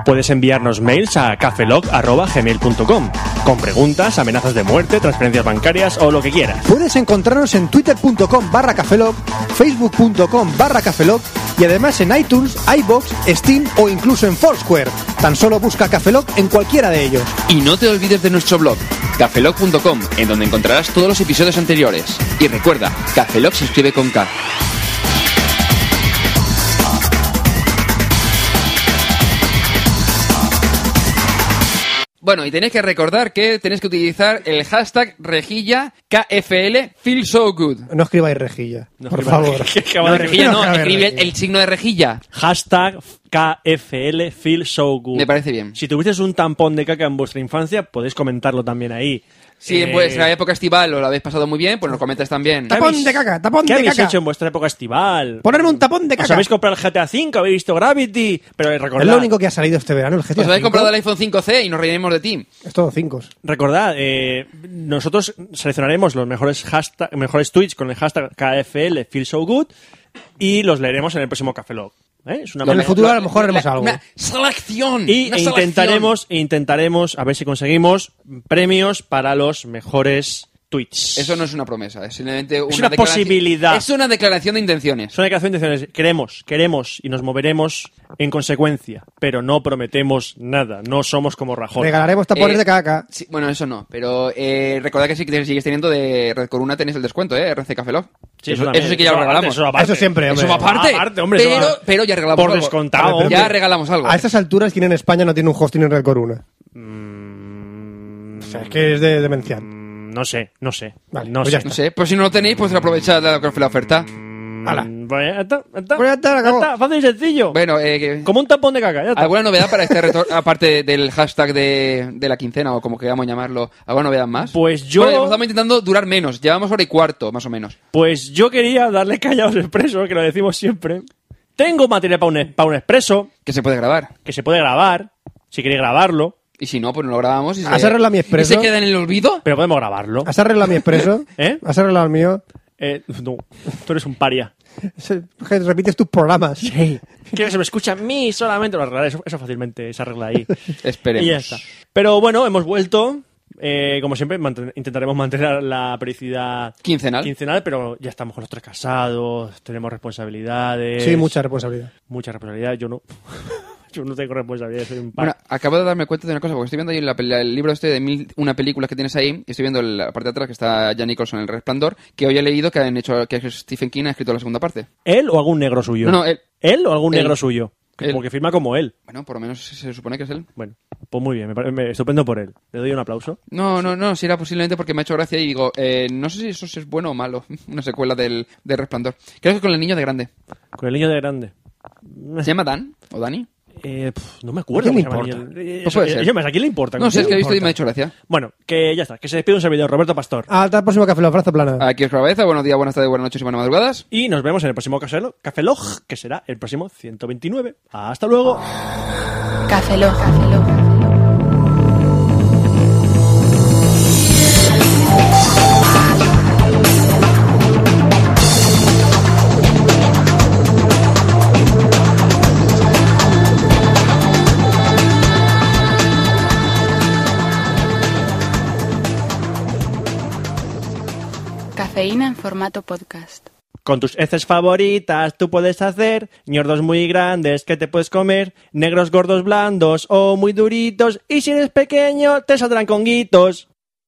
Puedes enviarnos mails a cafelog.gmail.com con preguntas, amenazas de muerte, transferencias bancarias o lo que quieras.
Puedes encontrarnos en twitter.com barra cafelog, facebook.com barra cafelog y además en iTunes, iBox, Steam o incluso en Foursquare. Tan solo busca cafelog en cualquiera de ellos.
Y no te olvides de nuestro blog, cafelog.com, en donde encontrarás todos los episodios anteriores. Y recuerda, Cafelog se escribe con K. Bueno, y tenéis que recordar que tenéis que utilizar el hashtag rejilla KFL feel so good.
No escribáis rejilla, por
escribáis
favor.
rejilla, que va
No,
de
rejilla no,
cabe
escribe el,
rejilla.
signo de rejilla.
Hashtag KFL feel so good.
Me parece bien.
Si tuvisteis un tampón de caca en vuestra infancia, podéis comentarlo también ahí.
Si pues, en
Eh,
vuestra época estival os lo habéis pasado muy bien, pues nos comentáis también.
¿qué
Tapón
habéis-
de caca, tapón
¿Qué
de
habéis
caca.
hecho en vuestra época estival?
Ponerme un tapón de
¿Os
caca.
habéis comprado el GTA V? ¿Habéis visto Gravity? Pero eh, recordad...
Es lo único que ha salido este verano, el GTA.
Os Pues habéis
cinco.
comprado el iPhone 5C y nos reiremos de ti.
Es todo cinco.
Recordad, eh, nosotros seleccionaremos los mejores hashtag, mejores tweets con el hashtag KFL Feel So Good y los leeremos en el próximo Café Log. ¿eh? Es una
En el
manera-
futuro a lo mejor haremos
La-
algo.
Una selección.
y
una
e
selección.
intentaremos, e intentaremos, a ver si conseguimos premios para los mejores tweets.
Eso no es una promesa, es simplemente una,
una
declaración-
posibilidad.
Es una declaración de intenciones.
Es una declaración de intenciones. Queremos, queremos y nos moveremos en consecuencia, pero no prometemos nada. No somos como Rajoy.
Regalaremos tapones
Eh,
de caca.
Sí, bueno, eso no, pero eh, recordad que si te- sigues teniendo de Red Corona tenéis el descuento, ¿eh? RC Café Love.
Sí,
eso,
también.
eso sí que ya lo
aparte,
regalamos.
Eso, aparte.
Eso siempre, hombre.
Eso va aparte.
hombre, eso
pero,
va-
pero ya regalamos
Por
algo.
descontado,
Pero-
hombre.
Ya regalamos algo.
A estas alturas, quien en España no tiene un hosting en Red Corona?
Mm.
O sea, es que es de demencial.
No sé, no sé.
Vale,
no
pues
sé.
ya
No sé, pues si no lo tenéis, pues aprovechad la, la oferta.
Ala.
Mm, Pues ya está, ya está.
Pues ya está,
Ya
acabó.
está, fácil y sencillo.
Bueno, eh, que-
Como un tapón de caca, ya está.
¿Alguna novedad para este retorno, aparte del hashtag de, de la quincena o como queramos llamarlo? ¿Alguna novedad más?
Pues yo-
Bueno, estamos intentando durar menos, llevamos hora y cuarto, más o menos.
Pues yo quería darle caña a los expresos, que lo decimos siempre. Tengo material para un, para un expreso,
Que se puede grabar.
que se puede grabar, si queréis grabarlo,
Y si no, pues no lo grabamos. Y se,
¿Has arreglado mi
¿Y
expreso?
se queda en el olvido?
pero podemos grabarlo.
¿Has arreglado mi expreso?
¿Eh?
¿Has arreglado el mío?
Eh, no, tú eres un paria.
Se- que Repites tus programas.
Quiero que se me escucha a mí solamente. Lo arreglaré, eso, eso fácilmente se arregla ahí.
Esperemos.
Y ya está. Pero bueno, hemos vuelto. Eh, como siempre, manten- intentaremos mantener la periodicidad
Quincenal.
quincenal, pero ya estamos con los tres casados, tenemos responsabilidades.
Sí, mucha responsabilidad.
Mucha responsabilidad, yo no. yo no tengo responsabilidad, soy un par.
Bueno, acabo de darme cuenta de una cosa, porque estoy viendo ahí la pel- el libro este de mil, una película que tienes ahí, y estoy viendo la parte de atrás que está Jan Nicholson en El Resplandor, que hoy he leído que han hecho que Stephen King ha escrito la segunda parte.
¿Él o algún negro suyo?
No, no, él.
¿Él o algún
Él.
negro suyo? Que-
Él.
Porque firma como él.
Bueno, por lo menos se supone que es él.
Bueno, pues muy bien, me, pare- me estupendo por él. Le doy un aplauso.
No, no, no, si era posiblemente porque me ha hecho gracia y digo, eh, no sé si eso sí es bueno o malo, una secuela del, del Resplandor. Creo que con el niño de grande.
Con el niño de grande.
¿Se llama Dan o Dani?
Eh, pf, no me acuerdo.
¿A quién le
cómo se llama
importa?
el- eh,
Pues
eso-
puede ser.
eh, yo me- ¿A quién le importa?
No sé, es que he visto y
importa?
me ha hecho gracia.
Bueno, que ya está. Que se despide un servidor, Roberto Pastor.
Hasta el próximo Café Lock, Franza Plana.
Aquí es Cabeza, buenos días, buenas tardes, buenas noches y buenas madrugadas.
Y nos vemos en el próximo Café Log- Café Log, que será el próximo 129. Hasta luego.
Café Lock. Café Lock. Cafeína en formato podcast.
Con tus heces favoritas tú puedes hacer ñordos muy grandes que te puedes comer, negros gordos blandos o muy duritos y si eres pequeño te saldrán conguitos.